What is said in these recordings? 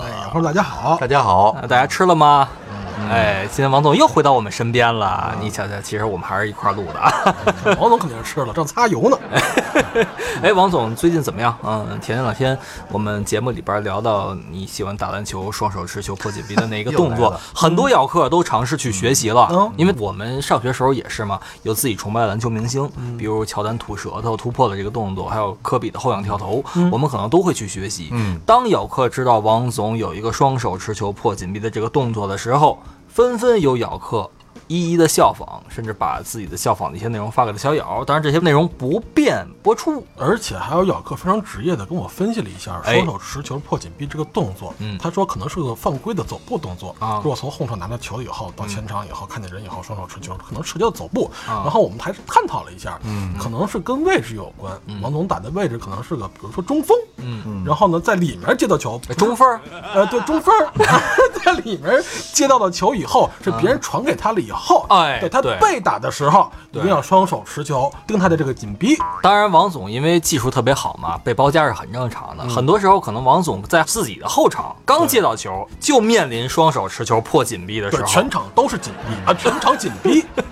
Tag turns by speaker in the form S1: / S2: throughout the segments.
S1: 哎，伙儿大家好，
S2: 大家好，
S3: 大家吃了吗？哎，今天王总又回到我们身边了。你瞧瞧，其实我们还是一块儿录的啊。
S1: 王总肯定是吃了，正擦油呢。
S3: 哎，王总最近怎么样？嗯，前两天我们节目里边聊到你喜欢打篮球，双手持球破紧逼的那个动
S2: 又来
S3: 作
S2: 了，
S3: 很多游客都尝试去学习了
S1: 嗯。
S3: 因为我们上学时候也是嘛，有自己崇拜的篮球明星，
S2: 嗯
S3: 比如乔丹吐舌头突破的这个动作，还有科比的后仰跳投，我们可能都会去学习。
S2: 嗯
S3: 当游客知道王总有一个双手持球破紧逼的这个动作的时候，纷纷有游客一一的效仿，甚至把自己的效仿的一些内容发给了小友。当然，这些内容不便播出。
S1: 而且还有咬客非常职业的跟我分析了一下
S3: 哎
S1: 双手持球破紧逼这个动作，
S3: 嗯
S1: 他说可能是个犯规的走步动作。
S3: 啊
S1: 如果从后场拿到球以后到前场以后、看见人以后双手持球，可能直接走步。
S3: 啊
S1: 然后我们还探讨了一下，可能是跟位置有关。王总打的位置可能是个比如说中锋，
S3: 嗯，
S1: 然后呢在里面接到球，
S3: 哎中分儿
S1: 呃对中锋 在里面接到的球以后是别人传给他了以后，
S3: 嗯哎
S1: 对他
S3: 对
S1: 被打的时候一定要双手持球盯他的这个紧逼。
S3: 当然，王总因为技术特别好嘛，被包夹是很正常
S1: 嗯
S3: 的。很多时候，可能王总在自己的后场刚接到球，就面临双手持球破紧逼的时
S1: 对，
S3: 候，嗯
S1: 全场都是紧逼啊，全场紧逼，对，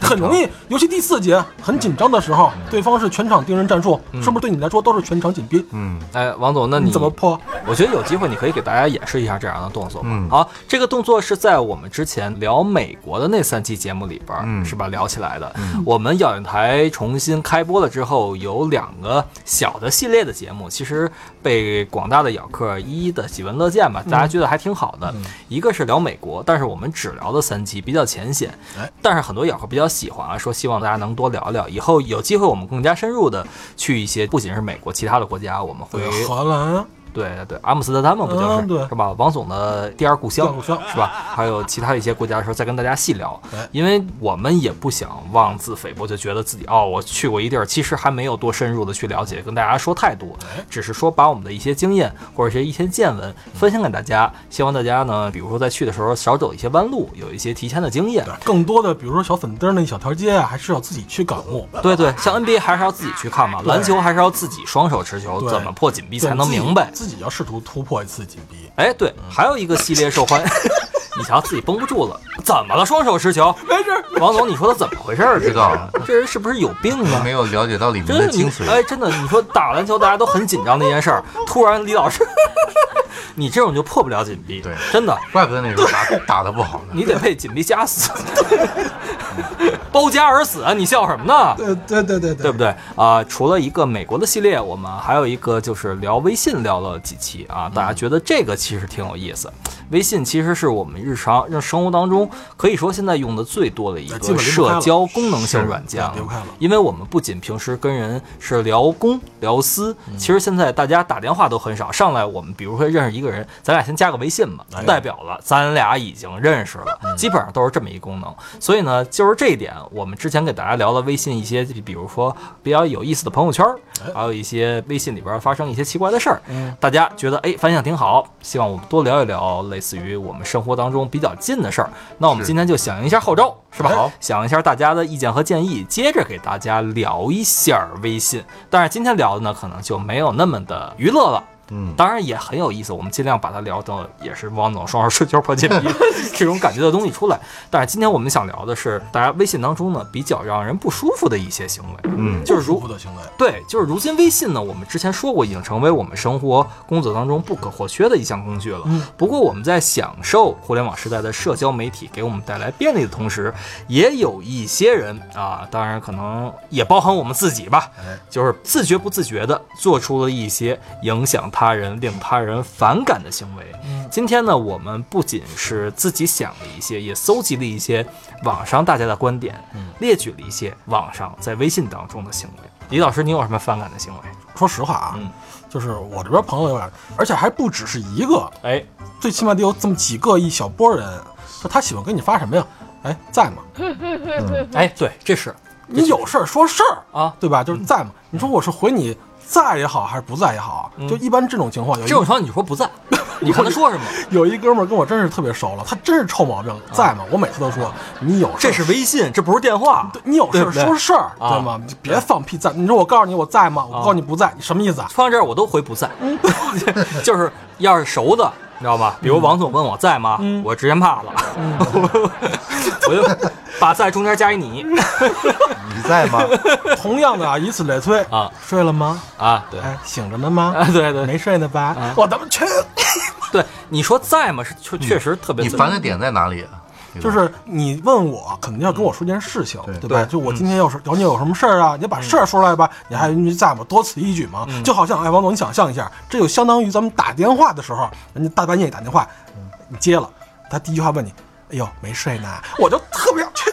S1: 很容易，尤其第四节很紧张的时候，对方是全场盯人战术，
S3: 嗯
S1: 是不是对你来说都是全场紧逼？
S2: 嗯，
S3: 哎，王总，那
S1: 你怎么破？
S3: 我觉得有机会你可以给大家演示一下这样的动作吧。
S2: 嗯
S3: 好，这个动作是在我们之前聊美国的那三期节目里边儿，
S2: 嗯
S3: 是吧？聊起来的。我们咬电台重新开播了之后，有两个小的系列的节目，其实被广大的咬客一一的喜闻乐见吧，大家觉得还挺好的。一个是聊美国，但是我们只聊了三期，比较浅显。
S1: 哎
S3: 但是很多咬客比较喜欢啊，说希望大家能多聊聊，以后有机会我们更加深入的去一些，不仅是美国，其他的国家，我们会
S1: 对，荷兰
S3: 对对对，阿姆斯特丹嘛，不就是、
S1: 嗯对
S3: 是吧？王总的第二故乡
S1: 第二故乡
S3: 是吧？还有其他一些国家的时候再跟大家细聊，
S1: 哎
S3: 因为我们也不想妄自菲薄，就觉得自己哦，我去过一地儿，其实还没有多深入的去了解，跟大家说太多，
S1: 哎
S3: 只是说把我们的一些经验或者是一些见闻分享给大家，希望大家呢，比如说在去的时候少走一些弯路，有一些提前的经验
S1: 对。，更多的比如说小粉灯那小条街啊，还是要自己去感悟，
S3: 对对，像 NBA 还是要自己去看嘛，篮球还是要自己双手持球，
S1: 对
S3: 怎么破紧逼才
S1: 对
S3: 能
S1: 自己
S3: 明白。
S1: 自己要试图突破一次紧逼。
S3: 哎，对，还有一个系列受欢迎， 你瞧自己绷不住了，怎么了？双手持球，没事。王总，你说他怎么回事儿？
S2: 知道了
S3: 这人是不是有病啊
S2: 没？有了解到里面
S3: 真的
S2: 的
S3: 你
S2: 精髓。
S3: 哎，真的，你说打篮球大家都很紧张的一件事儿，突然李老师， 你这种就破不了紧逼，
S2: 对
S3: 真的，
S2: 怪不得那时候打打的不好 呢。
S3: 你得被紧逼夹死， 包夹而死啊！你笑什么呢？
S1: 对对对对
S3: 对不对啊、除了一个美国的系列，我们还有一个就是聊微信聊了几期啊，
S1: 嗯
S3: 大家觉得这个其实挺有意思。微信其实是我们日常让生活当中可以说现在用的最多的一
S1: 基
S3: 个
S1: 本离不开
S3: 社
S1: 了
S3: 交功能性软件了
S1: 离不开了
S3: 因为我们不仅平时跟人是聊公聊私，
S1: 嗯
S3: 其实现在大家打电话都很少。上来我们比如说认识一个人，咱俩先加个微信吧，
S1: 哎
S3: 代表了咱俩已经认识了，基本上都是这么一功能。所以呢，就是这一点，我们之前给大家聊了微信一些，比如说比较有意思的朋友圈儿，还有一些微信里边发生一些奇怪的事儿，
S1: 嗯
S3: 大家觉得哎反响挺好，希望我们多聊一聊类似于我们生活当中比较近的事儿。那我们
S2: 是
S3: 今天就响应一下号召，是吧？
S1: 哎
S3: 好，想一下大家的意见和建议，接着给大家聊一下微信。但是今天聊的呢，可能就没有那么的娱乐了。
S2: 嗯，
S3: 当然也很有意思，我们尽量把它聊的也是汪总双手持球破禁 逼这种感觉的东西出来。但是今天我们想聊的是大家微信当中呢比较让人不舒服的一些行为，
S2: 嗯
S3: 就是如
S1: 不舒服的行为。
S3: 对，就是如今微信呢，我们之前说过，已经成为我们生活工作当中不可或缺的一项工具了。不过我们在享受互联网时代的社交媒体给我们带来便利的同时，也有一些人啊，当然可能也包含我们自己吧，就是自觉不自觉的做出了一些影响他人、令他人反感的行为。今天呢，我们不仅是自己想了一些，也搜集了一些网上大家的观点，列举了一些网上在微信当中的行为。李老师，你有什么反感的行为？
S1: 说实话啊，
S3: 嗯
S1: 就是我这边朋友有点，而且还不只是一个，
S3: 哎，
S1: 最起码得有这么几个一小波人，说他喜欢给你发什么呀？哎，在吗？
S3: 嗯哎，对，这是
S1: 你有事儿说事儿
S3: 啊
S1: 对吧？就是在吗？你说我是回你在也好，还是不在也好，啊
S3: 嗯
S1: 就一般这种情况有一
S3: 这种情况你说不 在，你看他说什么？
S1: 有一哥们儿跟我真是特别熟了，他真是臭毛病，在吗？我每次都说你有事
S3: 嗯这
S1: 儿
S3: 是微信，这不是电话。
S1: 对你有事
S3: 嗯对
S1: 儿
S3: 不对
S1: 说事儿，
S3: 啊
S1: 对吗？你别放屁在。你说我告诉你我在吗？我告诉你不在，你什么意思啊？
S3: 放到这儿我都回不在， 就是要是熟的，你知道吧？比如王总问我在吗，我直接骂了， 我就把在中间加一你
S2: 你在吗？
S1: 同样的啊，以此类推
S3: 啊
S1: 睡了吗？
S3: 啊，对
S1: 哎，醒着呢吗？
S3: 啊对对啊
S1: 没睡呢吧？我他妈去，
S3: 对，你说在吗？是确确实特别
S2: 你
S3: 自
S2: 烦的点在哪里啊？
S1: 就是你问我，肯定要跟我说件事情，对吧？
S3: 对嗯
S1: 就我今天要是找你有什么事儿啊，你把事儿说出来吧，你还你在吗？多此一举嘛。
S3: 嗯
S1: 就好像哎，王总，你想象一下，这就相当于咱们打电话的时候，人家大半夜打电话，
S3: 嗯
S1: 你接了，他第一句话问你，哎呦，没睡呢？我就特别去，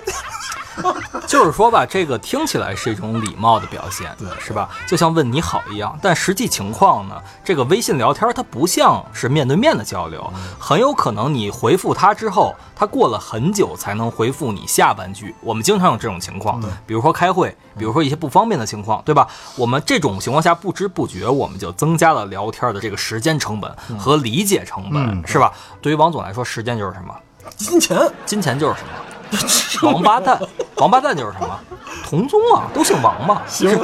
S3: 就是说吧，这个听起来是一种礼貌的表现，
S1: 对
S3: 是吧？就像问你好一样，但实际情况呢，这个微信聊天它不像是面对面的交流，很有可能你回复他之后，他过了很久才能回复你下半句。我们经常有这种情况，比如说开会，比如说一些不方便的情况，对吧？我们这种情况下不知不觉我们就增加了聊天的这个时间成本和理解成本，是吧？对于王总来说，时间就是什么？
S1: 金钱
S3: 金钱就是什么？ 王八蛋，王八蛋就是什么？同宗啊，都姓王嘛。行，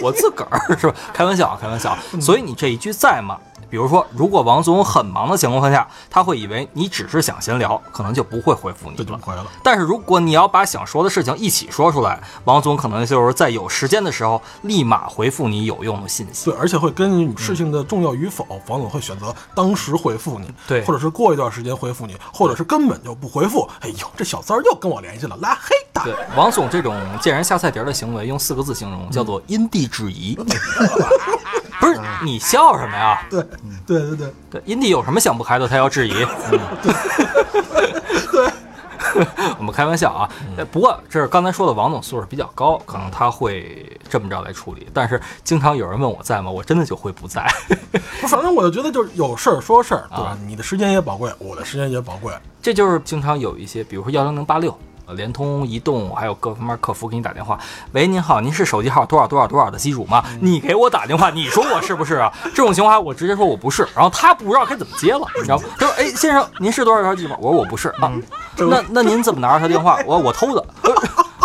S3: 我自个儿是吧？开玩笑啊，开玩笑啊。所以你这一句在吗？比如说，如果王总很忙的情况下，他会以为你只是想闲聊，可能就不会回复你
S1: 这就
S3: 了。
S1: 回来了。
S3: 但是如果你要把想说的事情一起说出来，王总可能就是在有时间的时候立马回复你有用的信息。
S1: 对，而且会根据你
S3: 嗯
S1: 事情的重要与否，王总会选择当时回复你，
S3: 对
S1: 或者是过一段时间回复你，或者是根本就不回复。哎呦，这小三儿又跟我联系了，拉黑他。
S3: 对，王总这种见人下菜碟儿的行为，用四个字形容，叫做因地制宜。 不是你笑什么呀？
S1: 对，对对对
S3: 对，因地有什么想不开的，他要质疑。嗯
S1: 对，
S3: 我们开玩笑啊，呃不过这是刚才说的王总素质比较高，可能他会这么着来处理。但是经常有人问我在吗，我真的就会不在。
S1: 不是反正我就觉得就是有事儿说事儿，对
S3: 啊
S1: 吧？你的时间也宝贵，我的时间也宝贵。
S3: 这就是经常有一些，比如说幺零零八六。呃联通、移动还有各方面客服给你打电话，喂，您好，您是手机号多少多少多少的机主吗？
S1: 嗯
S3: 你给我打电话，你说我是不是啊？这种情况下，我直接说我不是，然后他不知道该怎么接了，你知道吗？他说，哎，先生，您是多少多少机主吗？我说我不是啊，
S1: 嗯
S3: 那那您怎么拿着他电话？我我偷的，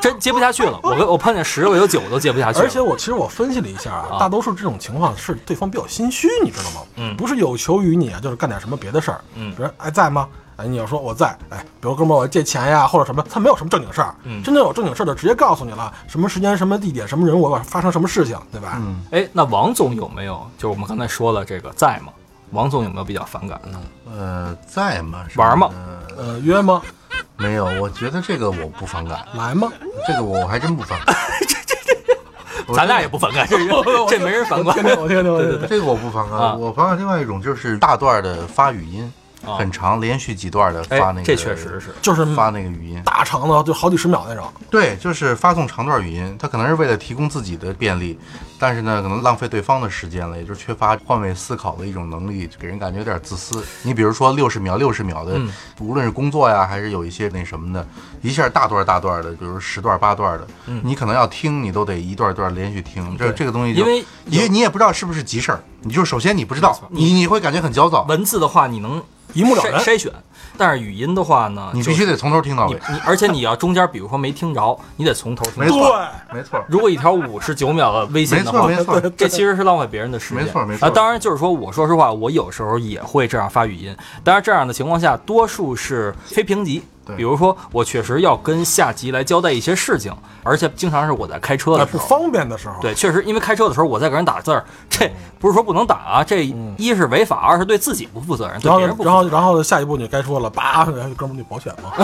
S3: 真接不下去了，我跟我碰见十个有九个都接不下去了，
S1: 而且我其实我分析了一下啊，大多数这种情况是对方比较心虚，你知道吗？嗯，不是有求于你啊，就是干点什么别的事儿。嗯，比如哎在吗？哎，你要说我在，哎，比如哥们儿我借钱呀，或者什么，他没有什么正经事儿。嗯，真正有正经事儿的，直接告诉你了，什么时间、什么地点、什么人，我发生什么事情，对吧？嗯，
S3: 哎，那王总有没有？就是我们刚才说了这个在吗？王总有没有比较反感的？
S2: 呃，在吗？是
S3: 玩吗
S2: 呃
S1: 呃，约吗？
S2: 没有，我觉得这个我不反感，
S1: 来吗？
S2: 这个我还真 不反感，
S3: 咱俩也不
S2: 啊
S3: 反感，这这没人 反感
S1: 听。听，我听听，我听听。
S2: 这个我不反
S3: 啊
S2: 感。我反感另外一种就是大段的发语音，
S3: 啊哎
S2: 很长，连续几段的发那个，
S3: 这确实是
S1: 就是
S2: 发那个语音。
S1: 大长的，就好几十秒那种。
S2: 对，就是发送长段语音，它可能是为了提供自己的便利，但是呢，可能浪费对方的时间了，也就是缺乏换位思考的一种能力，就给人感觉有点自私。你比如说六十秒、六十秒的，
S3: 嗯
S2: 无论是工作呀，还是有一些那什么的，一下大段大段的，比如十段八段的，
S3: 嗯
S2: 你可能要听，你都得一段一段连续听，这这个东西就，
S3: 因为
S2: 因为你也不知道是不是急事儿，你就首先你不知道，你你会感觉很焦躁，
S3: 文字的话，你能
S1: 一目了然
S3: 筛筛选，但是语音的话呢，
S2: 你
S3: 就
S2: 必须得从头听到
S3: 你
S2: 尾，
S3: 你，而且你要中间比如说没听着，你得从头听
S2: 没
S3: 到。
S2: 错，没错，
S3: 如果一条五十九秒的微信
S2: 没
S3: 的话
S2: 错，，没错，
S3: 这其实是浪费别人的时间。
S2: 没错没错
S3: 啊，当然就是说，我说实话，我有时候也会这样发语音，但是这样的情况下，多数是非评级。
S2: 对
S3: 比如说，我确实要跟下级来交代一些事情，而且经常是我在开车
S1: 哎
S3: 的时
S1: 不
S3: 候，
S1: 方便的时候，
S3: 对，确实，因为开车的时候我在给人打字儿，这不是说不能打啊，这一是违法，二是对自己不负责任，对
S1: 嗯然后
S3: 别人不负
S1: 然
S3: 责
S1: 后
S3: 任。
S1: 然后下一步你该说了，叭，然后哥们儿你保险 吗？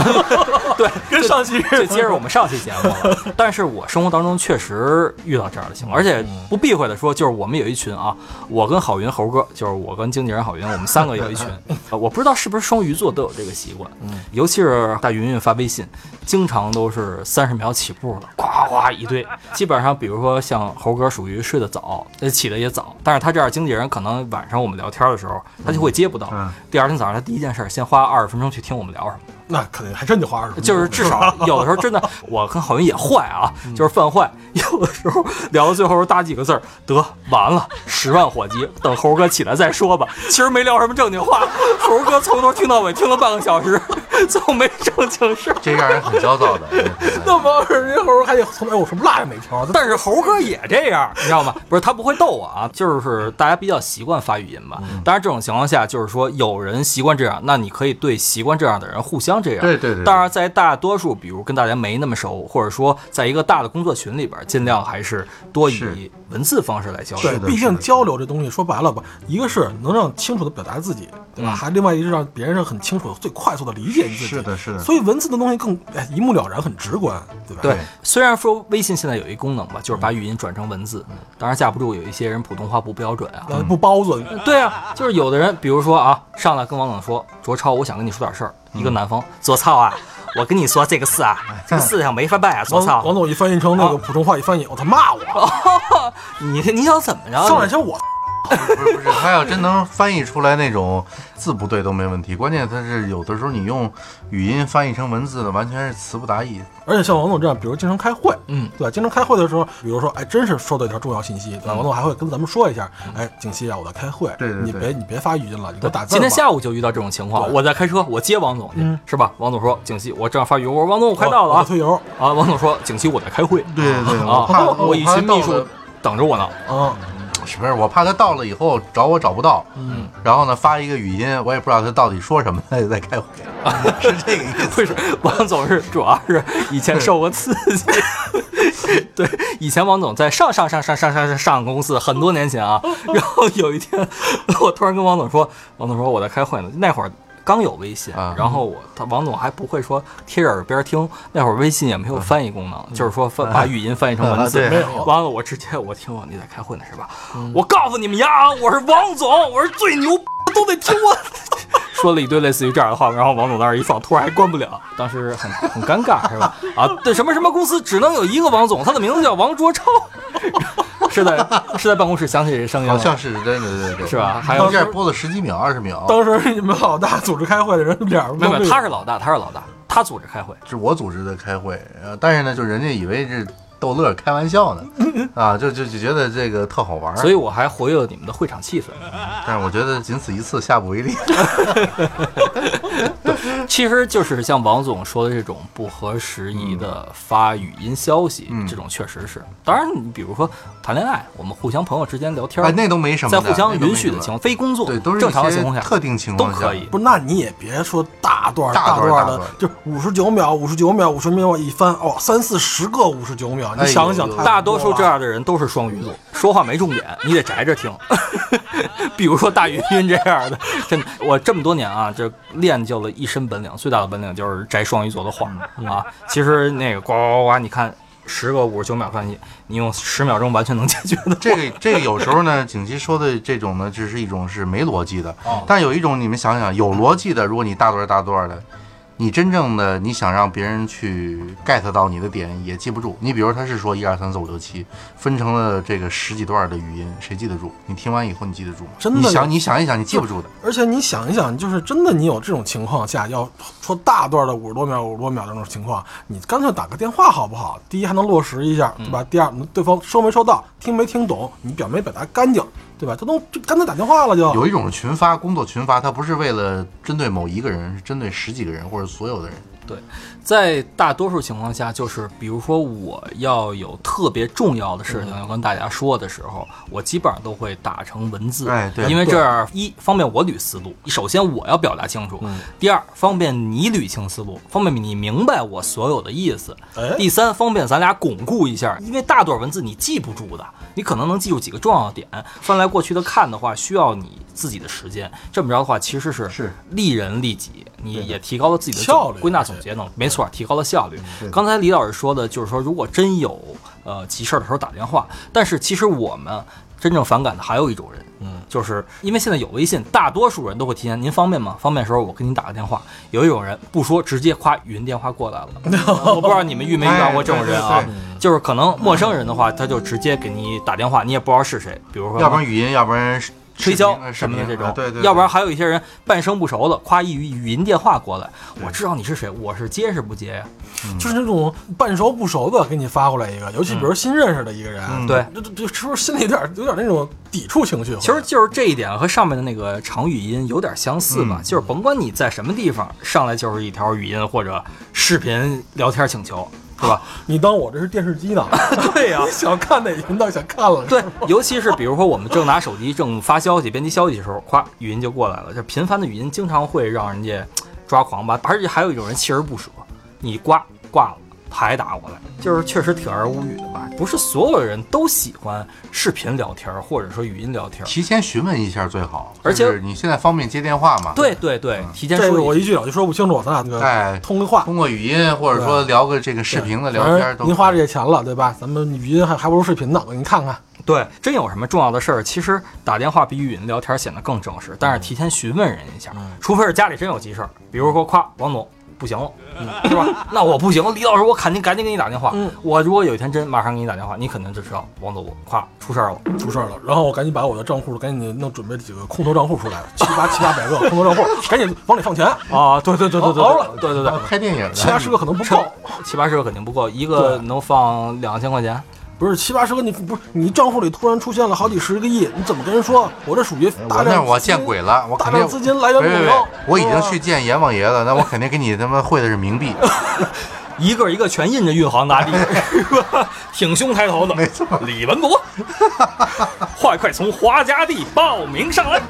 S3: 对，
S1: 跟上期
S3: 这接着我们上期节目了。 但是我生活当中确实遇到这样的情况，而且
S1: 嗯
S3: 不避讳的说，就是我们有一群啊，我跟郝云、猴哥，就是
S1: 嗯
S3: 我跟经纪人郝云，我们三个有一群。呃我不知道是不是双鱼座都有这个习惯，尤其是时大云云发微信，经常都是三十秒起步的，呱呱一堆。基本上，比如说像猴哥属于睡得早，呃起得也早，但是他这样经纪人可能晚上我们聊天的时候，他就会接不到。
S2: 嗯
S3: 第二天早上，他第一件事先花二十分钟去听我们聊什么。
S1: 那肯定还真得花二十分钟，
S3: 就是至少有的时候真的，我跟郝云也坏啊，就是犯坏。 有的时候聊到最后搭几个字儿，得完了，十万火急，等猴哥起来再说吧。其实没聊什么正经话，猴哥从头听到尾，听了半个小时， 最后没正经事儿。
S2: 这让人很焦 躁的。
S1: 那么人家猴儿还得从哎我什么辣也没挑，
S3: 但是猴哥也这样，你知道吗？不是他不会逗我啊，就是大家比较习惯发语音吧。
S2: 嗯
S3: 当然这种情况下，就是说有人习惯这样，那你可以对习惯这样的人互相这样。
S2: 对对对
S3: 当然，在大多数，比如跟大家没那么熟，或者说在一个大的工作群里边，尽量还是多以
S2: 是
S3: 文字方式来交流
S1: 对，
S2: 是。的
S1: 毕
S2: 是
S1: 竟
S2: 的
S1: 交流这东西说白了吧，一个是能让清楚的表达自己，对吧？还另外一个是让别人很清楚、最快速的理解你自己。
S2: 嗯是的是的
S1: 所以文字的东西更哎一目了然，很直观，对吧？
S3: 对，虽然说微信现在有一功能吧，就是把语音转成文字，
S2: 嗯
S3: 当然架不住有一些人普通话不标准啊。
S1: 那不包子，
S3: 对啊，就是有的人，比如说啊，上来跟王总说：“卓超，我想跟你说点事儿。”一个南方，左操啊，我跟你说这个事啊，这个事情没法办啊，左
S1: 王王
S3: 操，啊
S1: 总一翻译成那个普通话一翻译，我他骂我，
S3: 你你想怎么着？
S1: 上来先我
S2: 不是不是，他要真能翻译出来那种字不对都没问题，关键他是有的时候你用语音翻译成文字的，完全是词不达意。
S1: 而且像王总这样，比如经常开会，
S3: 嗯，
S1: 对吧？经常开会的时候，比如说，哎，真是收到一条重要信息，对吧？王总还会跟咱们说一下，哎，景熙啊，我在开会，
S2: 嗯对对
S1: 你
S2: 对
S1: 别你别发语音了，你给
S3: 对
S1: 我打字吧。
S3: 今天下午就遇到这种情况，我在开车，我接王总去，是吧？王总说：“景熙，我正要发语音。”我说：“王总，我快到了
S1: 我
S3: 啊
S1: 推油，！”
S3: 啊，王总说：“景熙，我在开会。”
S2: 对对对，我
S3: 啊
S2: 怕，
S3: 我一
S2: 怕
S3: 群
S2: 到
S3: 秘书
S2: 了，
S3: 等着我呢。
S1: 啊，
S2: 不是我怕他到了以后找我找不到，嗯，然后呢发一个语音，我也不知道他到底说什么，他也在开会，是这个意思。
S3: 不是，王总是主要是以前受过刺激。对，以前王总在上上上上上上上上公司很多年前啊，然后有一天我突然跟王总说，王总说我在开会呢，那会儿。刚有微信
S2: 啊，
S3: 然后我他王总还不会说贴着耳边听，那会儿微信也没有翻译功能，就是说翻把语音翻译成文字
S2: 嗯啊。对没有嗯
S3: 完了，我直接我听我你在开会呢是吧？我告诉你们呀，我是王总，我是最牛，都得听我。说了一堆类似于这样的话，然后王总在那儿一放，突然还关不了，当时很很尴尬，是吧？ 啊，对，什么什么公司只能有一个王总，他的名字叫王卓 超，是在是在办公室响起这声音
S2: 好
S3: 了，
S2: 像是真的，对对对，
S3: 是吧？还有
S2: 一下播了十几秒、二十秒，
S1: 当时你们老大组织开会的人脸儿
S3: 没
S1: 都
S3: 有没有，
S1: 绿
S3: 他是老大，他是老大，他组织开会，
S2: 是我组织的开会，呃，但是呢，就人家以为是逗乐儿、开玩笑呢， 啊，就就就觉得这个特好玩儿。
S3: 所以我还活跃了你们的会场气氛。
S2: 但是我觉得仅此一次，下不为例。
S3: 其实就是像王总说的这种不合时宜的发语音消息，这种确实是。当然，你比如说谈恋爱，我们互相朋友之间聊天，
S2: 哎，那都没什么
S3: 在
S2: 的，
S3: 互相
S2: 那都没
S3: 允许的
S2: 什么
S3: 情况，非工作
S2: 对，都是
S3: 正常的
S2: 一些
S3: 情况下
S2: 特定情
S3: 都
S2: 况下
S3: 可以。
S1: 不是，那你也别说大段儿
S2: 大段儿
S1: 段儿
S2: 大段
S1: 的
S2: 儿，
S1: 就五十九秒、五十九秒、五十秒一翻，哦，三四十个五十九秒，你
S2: 哎呦
S1: 想想
S2: 呦，
S1: 太
S3: 大多数
S1: 多
S3: 这
S1: 了
S3: 样的人都是双鱼座，说话没重点，你得宅着听。 比如说大云云这样的，真的，我这么多年啊，这练就了一身本领，最大的本领就是宅双鱼座的话啊。其实那个呱呱呱呱，你看十个五十九秒翻译，你用十秒钟完全能解决的。
S2: 这个这个有时候呢，景琦说的这种呢，只是一种是没逻辑的，
S3: 哦
S2: 但有一种你们想想有逻辑的，如果你大段儿大段儿的，你真正的你想让别人去 get 到你的点也记不住。你比如他是说一二三四五六七，分成了这个十几段的语音，谁记得住？你听完以后你记得住吗？
S1: 真的
S2: 你
S1: 有
S2: 想你想一想，你记不住的。
S1: 而且你想一想，就是真的，你有这种情况下要说大段的五十多秒、五十多秒这种情况，你干脆打个电话好不好？第一还能落实一下，对
S3: 嗯
S1: 吧？第二，对方收没收到，听没听懂，你表没表达干净，对吧？这都就干脆打电话了就。
S2: 有一种是群发，工作群发，它不是为了针对某一个人，是针对十几个人或者所有的人。
S3: 对，在大多数情况下，就是比如说我要有特别重要的事情要跟大家说的时候，我基本上都会打成文字，
S2: 哎对
S3: 因为这样一方便我捋思路，首先我要表达清楚；第二方便你捋清思路，方便你明白我所有的意思；
S1: 哎
S3: 第三方便咱俩巩固一下，因为大段文字你记不住的，你可能能记住几个重要点，翻来过去的看的话，需要你自己的时间。这么着的话，其实是
S2: 是
S3: 利人利己，你也提高了自己的
S1: 效率
S3: 归纳
S1: 对
S3: 总结。节能，没错，提高了效
S2: 嗯
S3: 率。刚才李老师说的，就是说，如果真有呃急事儿的时候打电话，但是其实我们。真正反感的还有一种人，嗯，就是因为现在有微信，大多数人都会提前，您方便吗？方便的时候我给您打个电话。有一种人不说，直接夸语音电话过 来了，我不知道你们遇没遇到过这种人啊？
S2: 哎对对
S3: 就是可能陌生人的话，他就直接给你打电话，你也不知道是谁，比如说
S2: 要
S1: 嗯
S2: 不然语音，要不然是
S3: 推
S2: 视频
S3: 销
S2: 呃
S3: 什么的
S2: 视
S3: 这
S2: 频
S3: 种
S2: 啊，对对，
S3: 要不然
S2: 对
S3: 还有一些人半生不熟的，夸一语语音电话过来，我知道你是谁，我是接是不接呀？
S1: 就是那种半熟不熟的给你发过来一个，尤其比如新认识的一个人，
S2: 嗯
S3: 对，
S1: 这这这是不是心里有点有点那种抵触情绪？
S3: 其实就是这一点和上面的那个长语音有点相似
S2: 嗯
S3: 吧，就是甭管你在什么地方，上来就是一条语音或者视频聊天请求，是吧？
S1: 你当我这是电视机呢？
S3: 对呀、
S1: 你想看哪频道想看 了？
S3: 对，尤其是比如说我们正拿手机正发消息、编辑消息的时候，咵，语音就过来了。这频繁的语音经常会让人家抓狂吧，而且还有一种人锲而不舍，你挂挂了。还打过来，就是确实挺让人无语的吧。不是所有人都喜欢视频聊天，或者说语音聊天。
S2: 提前询问一下最好。
S3: 而且
S2: 就是你现在方便接电话吗？
S3: 对，对对，提前
S1: 这
S3: 说
S1: 个
S3: 一
S1: 我一句两句说不清楚，咱俩那
S2: 哎
S1: 个通个话。
S2: 通过语音或者说聊个这个视频的聊
S1: 反
S2: 天
S1: 正
S2: 都。
S1: 您花这些钱了，对吧？咱们语音还还不如视频呢，我给您看看。
S3: 对，真有什么重要的事儿，其实打电话比语音聊天显得更正式，但是提前询问人一下，
S2: 嗯
S3: 除非是家里真有急事儿，比如说，夸王总不行了，
S2: 嗯
S3: 是吧？那我不行，李老师，我肯定赶紧给你打电话。
S1: 嗯
S3: 我如果有一天真马上给你打电话，你肯定就知道王总我夸出事儿
S2: 哦
S3: 了。
S1: 出事儿了，然后我赶紧把我的账户赶紧弄准备几个空头账户出来，七八七八百个空头账户，赶紧往里放钱。
S3: 啊，对对对对
S1: 熬了
S3: 对对对，
S2: 拍电影的，
S1: 七八十个可能不够，
S3: 七八十个肯定不够，一个能放两千块钱。
S1: 不是七八十个你不是你账户里突然出现了好几十个亿，你怎么跟人说？我这属于大
S2: 我那
S1: 量
S2: 我
S1: 资金
S2: 见鬼了，我
S1: 大
S2: 肯定
S1: 量资金来源
S2: 别别
S1: 不
S2: 别
S1: 高，
S2: 我已经
S1: 是
S2: 去
S1: 吧
S2: 见阎王爷了，那我肯定给你他妈汇的是冥币，
S3: 一个一个全印着玉皇大 帝，是吧挺胸抬头的，
S2: 没错
S3: 李文 博，快快从华家地报名上来。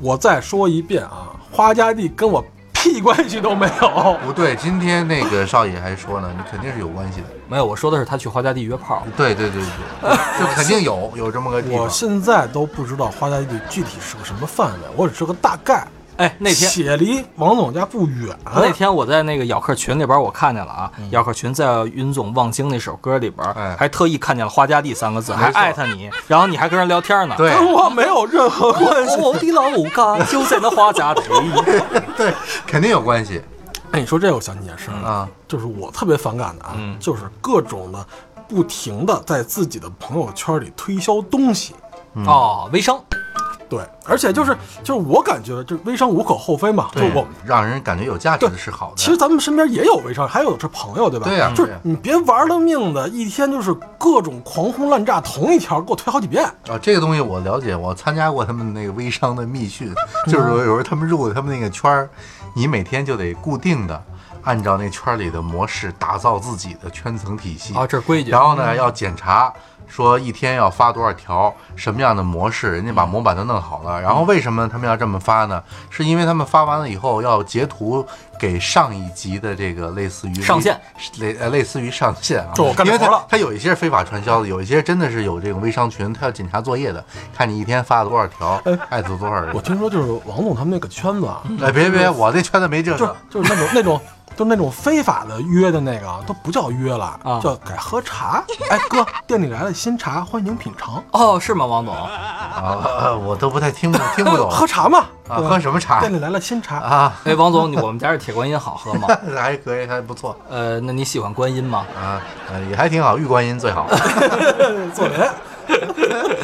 S1: 我再说一遍啊，花家地跟我屁关系都没 有。
S2: 不对，今天那个少爷还说呢，你肯定是有关系的，
S3: 没有，我说的是他去花家地约炮。
S2: 对对对对，就肯定有有这么个地
S1: 我
S2: 方。
S1: 现在都不知道花家地具体是个什么范围，我只是个大概。
S3: 哎，那天
S1: 且离王总家不 远，
S3: 那天我在那个咬客群里边，我看见了啊，咬客群在云总《望京》那首歌里边，
S2: 嗯哎
S3: 还特意看见了“花家地”三个字，还
S2: 没错
S3: 艾特你，然后你还跟人聊天呢。哦
S2: 对
S1: 跟我没有任何关系。
S3: 我的老家就在那花家地。
S2: 对，肯定有关系
S1: 哎，你说这我想起一件事儿来
S2: 啊。嗯
S1: 就是我特别反感的啊，就是各种的不停的在自己的朋友圈里推销东西。
S2: 嗯
S3: 哦，微商，
S1: 对，而且就是就是我感觉就是微商无可厚非嘛，就我
S2: 让人感觉有价值的是好的。
S1: 其实咱们身边也有微商，还有是朋友，对吧？
S2: 对呀
S1: 就
S2: 对
S1: 是
S2: 呀
S1: 你别玩了命的，一天就是各种狂轰滥炸，同一条给我推好几遍。
S2: 啊，这个东西我了解，我参加过他们那个微商的密训，就是有时候他们入他们那个圈儿，你每天就得固定的按照那圈儿里的模式打造自己的圈层体系
S3: 啊这是规矩
S2: 然后呢，要检查说一天要发多少条，什么样的模式，人家把模板都弄好了。
S3: 嗯
S2: 然后为什么他们要这么发呢？是因为他们发完了以后要截图给上一集的这个类似于
S3: 上线，
S2: 类呃类似于上线啊，
S1: 这我干
S2: 因为
S1: 活
S2: 他
S1: 了
S2: 他有一些是非法传销的，有一些真的是有这种微商群，他要检查作业的，看你一天发了多少条，艾特多少人
S1: 呃我。听说就是王总他们那个圈子啊，
S2: 哎，别别，我这圈子没这
S1: 就是
S2: 个。
S1: 就是那种那种。就是那种非法的约的那个啊都不叫约了，
S3: 啊
S1: 叫改喝茶。哎哥，店里来了新茶，欢迎品尝。
S3: 哦，是吗，王总？
S2: 啊，我都不太听不听不 懂
S1: 喝茶嘛，
S2: 啊，
S1: 对吧
S2: 喝什么茶
S1: 店里来了新茶，
S2: 啊？
S3: 哎，王总，你我们家这铁观音好喝吗？
S2: 还可以，还不错
S3: 呃，那你喜欢观音吗？
S2: 啊，呃也还挺好，玉观音 最好。
S1: 做人。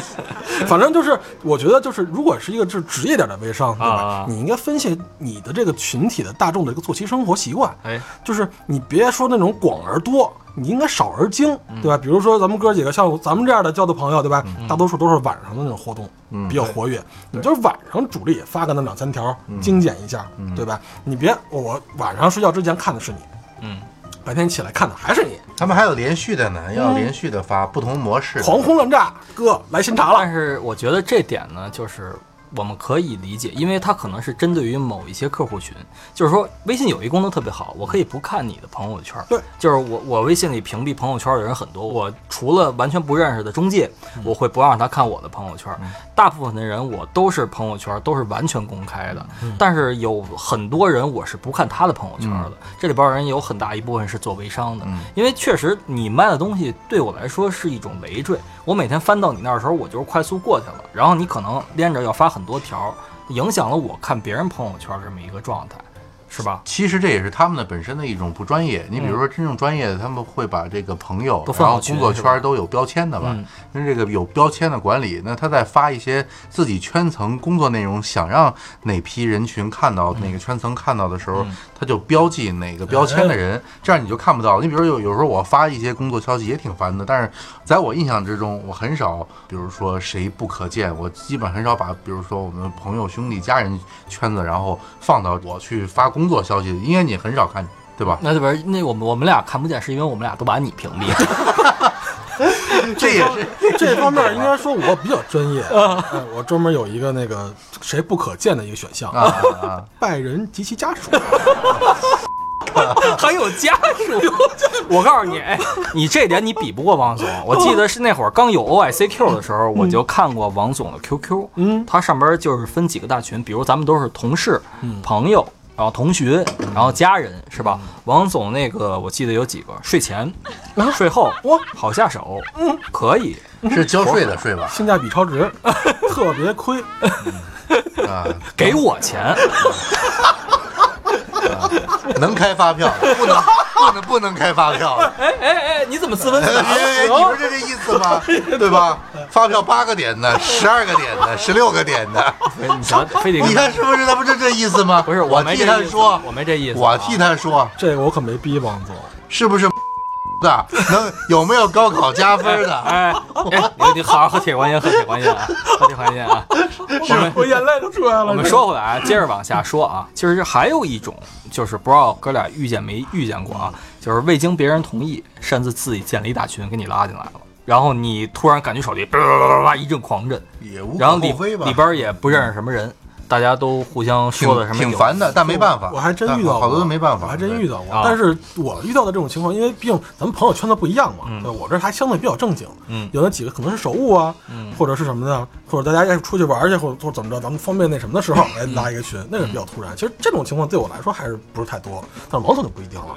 S1: 反正就是，我觉得就是，如果是一个就是职业点的微商，对
S3: 啊
S1: 吧？你应该分析你的这个群体的大众的一个作息生活习惯，
S3: 哎，
S1: 就是你别说那种广而多，你应该少而精，
S3: 嗯
S1: 对吧？比如说咱们哥几个像咱们这样的交的朋友，对吧？大多数都是晚上的那种活动
S3: 嗯
S1: 比较活跃，你就是晚上主力发个那两三条，
S3: 嗯
S1: 精简一下，对吧？你别我晚上睡觉之前看的是你，
S3: 嗯，
S1: 白天起来看的还是你，
S2: 他们还有连续的呢，
S1: 嗯
S2: 要连续的发不同模式的。
S1: 狂轰滥炸，哥来新茶了
S3: 但。是我觉得这点呢，就是我们可以理解，因为它可能是针对于某一些客户群，就是说微信有一功能特别好，我可以不看你的朋友圈，
S1: 对，
S3: 就是我我微信里屏蔽朋友圈的人很多，我除了完全不认识的中介，
S1: 嗯
S3: 我会不让他看我的朋友圈，大部分的人我都是朋友圈都是完全公开的，但是有很多人我是不看他的朋友圈的，这里边人有很大一部分是做微商的，因为确实你卖的东西对我来说是一种累赘，我每天翻到你那儿的时候，我就是快速过去了，然后你可能连着要发很多条，影响了我看别人朋友圈这么一个状态，是吧？
S2: 其实这也是他们的本身的一种不专业。你比如说，真正专业的，他们会把这个朋友
S3: 嗯都，分
S2: 然
S3: 好
S2: 后
S3: 群
S2: 工作
S3: 是吧
S2: 圈都有标签的吧
S3: 嗯？
S2: 那这个有标签的管理，那他在发一些自己圈层工作内容，想让哪批人群看到
S3: 嗯
S2: 哪个圈层看到的时候，他就标记哪个标签的人，这样你就看不到。你比如有有时候我发一些工作消息也挺烦的，但是在我印象之中，我很少，比如说谁不可见，我基本很少把，比如说我们朋友、兄弟、家人圈子，然后放到我去发工作消息，应该你很少看，对吧？
S3: 那这边那我们我们俩看不见，是因为我们俩都把你屏蔽了。
S2: 这也 是
S1: 这方面应该说我比较专业，哎我专门有一个那个谁不可见的一个选项，
S2: 啊啊啊！
S1: 拜仁及其家属。
S3: 还有家属。 我告诉你，哎，你这点你比不过王总。我记得是那会儿刚有 OICQ 的时候，我就看过王总的 QQ，嗯，它上边就是分几个大群，比如咱们都是同事、
S2: 嗯
S3: 朋友。然后同学，然后家人，是吧？王总那个我记得有几个，睡前、
S2: 啊
S3: 睡后，好下手，
S2: 嗯
S3: 可以。
S2: 是交税的税吧？
S1: 性价比超 值，特别亏。
S2: 啊，
S3: 给我钱，
S2: 能开发票，不能不能不能开发票。
S3: 哎哎哎，你怎么自问自
S2: 哎
S3: 答？啊
S2: 哎哎你不是这意思吗？对吧？发票八个点的，十二个点的，十六个点的，
S3: 哎你瞧，非得
S2: 你看是不是？他不是这意思吗？
S3: 不是
S2: 我
S3: 没
S2: 替
S3: 这
S2: 他
S3: 意思，
S2: 说，
S3: 我没这意思，啊
S2: 我替他说，
S1: 这个我可没逼王总，
S2: 是不是的？能有没有高考加分的？
S3: 哎，哎，你你好好喝铁观音，喝铁观音啊，喝铁观音啊！我们
S1: 我眼泪都出来了。
S3: 我们说回来啊，接着往下说啊，其实还有一种，就是不知道哥俩遇见没遇见过啊，就是未经别人同意，擅自自己建了一大群，给你拉进来了，然后你突然感觉手机叭叭叭叭叭一阵狂震，
S2: 也无
S3: 然后
S2: 可
S3: 里
S2: 厚非吧，
S3: 里边也不认识什么人，大家都互相
S2: 挺
S3: 说的什么
S2: 挺烦的，但没办法，
S1: 我还真遇到过，
S2: 但好多都没办法，
S1: 我还真遇到过
S3: 啊。
S1: 但是我遇到的这种情况，因为毕竟咱们朋友圈子不一样嘛，对我这还相对比较正经。
S3: 嗯
S1: 有那几个可能是手误啊，或者是什么呢？或者大家要出去玩去，或者或者怎么着，咱们方便那什么 的时候，哎，拉一个群，那个比较突然。其实这种情况对我来说还是不是太多，但是王总就不一定了。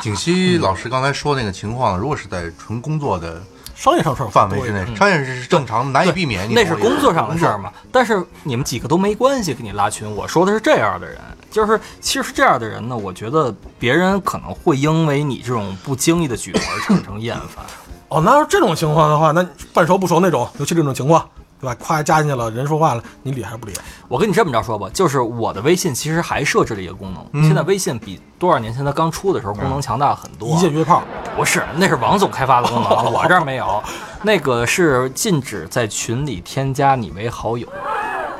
S2: 景
S3: 嗯
S2: 熙老师刚才说那个情况，如果是在纯工作的
S1: 商业上事儿
S2: 范围之内，商业是正常的，难以避免。你
S3: 嗯那
S2: 同
S3: 是
S2: 意
S3: 工作上的事儿嘛。但是你们几个都没关系，给你拉群。我说的是这样的人，就是其实这样的人呢，我觉得别人可能会因为你这种不经意的举动而产生厌烦。
S1: 哦，那要是这种情况的话，那半熟不熟那种，尤其这种情况，对吧？夸加进去了，人说话了，你理还是不理？
S3: 我跟你这么着说吧，就是我的微信其实还设置了一个功能，现在微信比多少年前它刚出的时候功能强大很多
S1: 一
S3: 啊。
S1: 键约炮，
S3: 不是，那是王总开发的功能啊，我这儿没有。那个是禁止在群里添加你为好友。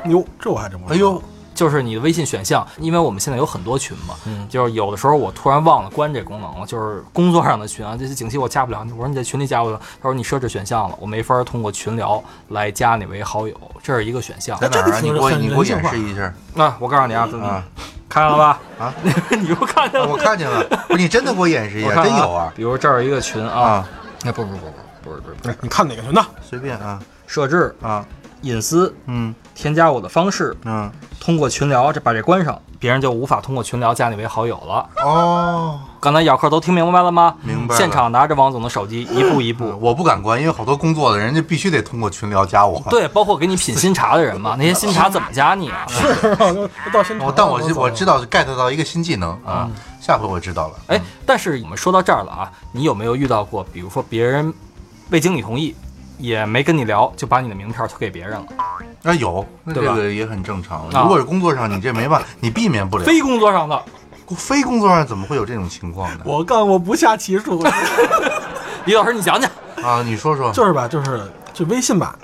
S1: 哟，这我还真不知道。
S2: 哎呦，
S3: 就是你的微信选项，因为我们现在有很多群嘛，
S2: 嗯
S3: 就是有的时候我突然忘了关这功能了，就是工作上的群啊，这些景气我加不了，我说你在群里加我吧，他说你设置选项了，我没法通过群聊来加你为好友，这是一个选项。
S2: 在哪儿啊？你给我
S1: 这个挺
S2: 你给我演
S1: 很
S2: 示一下
S3: 那、我告诉你啊，怎么
S2: 啊
S3: 看了吧？
S2: 啊！
S3: 你又看见了？
S2: 我看见 了，不是你真的给我演示一
S3: 我
S2: 下，
S3: 看
S2: 真有啊
S3: 比如这儿有一个群啊
S2: 啊，！
S3: 那、不不不不不是不是不是，
S1: 哎你看哪个群的？
S2: 随便啊
S3: 设置
S2: 啊
S3: 隐私，
S2: 嗯
S3: 添加我的方式，
S2: 嗯
S3: 通过群聊这把这关上，别人就无法通过群聊加你为好友了。
S2: 哦，
S3: 刚才姚克都听明白了吗？
S2: 明白了嗯
S3: 现场拿着王总的手机，一步一步。
S2: 我不敢关，因为好多工作的人家必须得通过群聊加我。
S3: 对，包括给你品新茶的人
S2: 嗯
S3: 嘛，那些新茶怎么加你啊？
S1: 是到现场
S2: 我
S1: 了，
S2: 哦但我
S1: 都走
S2: 我
S1: 了
S2: 知道 get 到一个新技能啊，下回我知道了。
S3: 嗯哎，但是我们说到这儿了啊，你有没有遇到过，比如说别人未经你同意，也没跟你聊，就把你的名片推给别人了？
S2: 啊有，那这
S3: 对吧
S2: 个也很正常。
S3: 啊
S2: 如果是工作上，你这 没办法，你避免不了。
S3: 非工作上的，
S2: 非工作上怎么会有这种情况呢？
S1: 我干过不下其数，
S3: 李老师你讲讲，
S2: 啊，你说 说，
S1: 就是吧，就是这微信吧，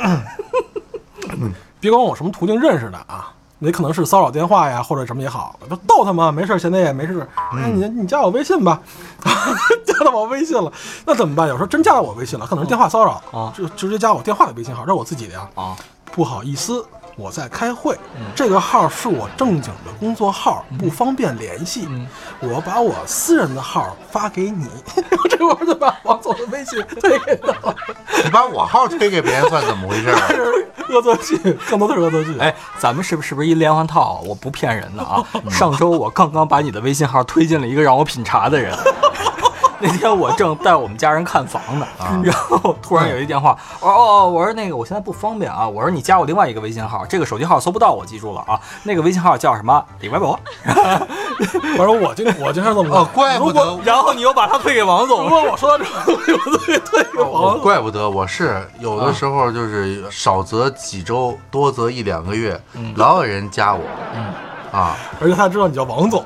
S2: 嗯
S1: 别管我什么途径认识的啊，也可能是骚扰电话呀，或者什么也好，就逗他们，没事儿闲的也没事儿，
S2: 嗯
S1: 哎，你你加我微信吧， 加到我微信了，那怎么办？有时候真加
S2: 哦
S1: 到我微信了，可能是电话骚扰
S3: 啊
S1: 就直接加我电话的微信号，这是我自己的呀，
S3: 啊，
S1: 不好意思，我在开会，这个号是我正经的工作号，不方便联系。我把我私人的号发给你，这会儿就把王总的微信推给他了。
S2: 你把我号推给别人算怎么回事啊？
S1: 恶作剧，更多的是恶作剧。
S3: 哎，咱们是不是是不是一连环套？啊我不骗人的 啊！上周我刚刚把你的微信号推进了一个让我品茶的人。 那天我正带我们家人看房呢，
S2: 嗯
S3: 然后突然有一电话，我说哦，我说那个我现在不方便啊，我说你加我另外一个微信号，这个手机号搜不到，我记住了啊，那个微信号叫什么？李白 博。
S1: 反正我经我经常这么干
S2: 哦，怪不得
S3: 然后你又把它推给王
S1: 如
S3: 总，
S1: 果我说到这儿，我就推给
S2: 我
S1: 王总。
S2: 怪不得我是有的时候
S3: 啊
S2: 就是少则几周，多则一两个月，
S3: 嗯
S2: 老有人加我，啊，
S1: 而且他知道你叫王总，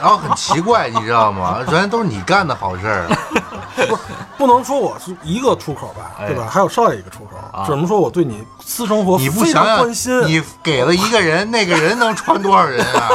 S2: 然后很奇怪，你知道吗？原来都是你干的好事儿，
S1: 不能说我是一个出口吧，对吧？还有少爷一个出口，只能说我对你私生活
S2: 你不
S1: 非
S2: 想
S1: 常
S2: 想
S1: 关心，。
S2: 你给了一个人，那个人能穿多少人啊？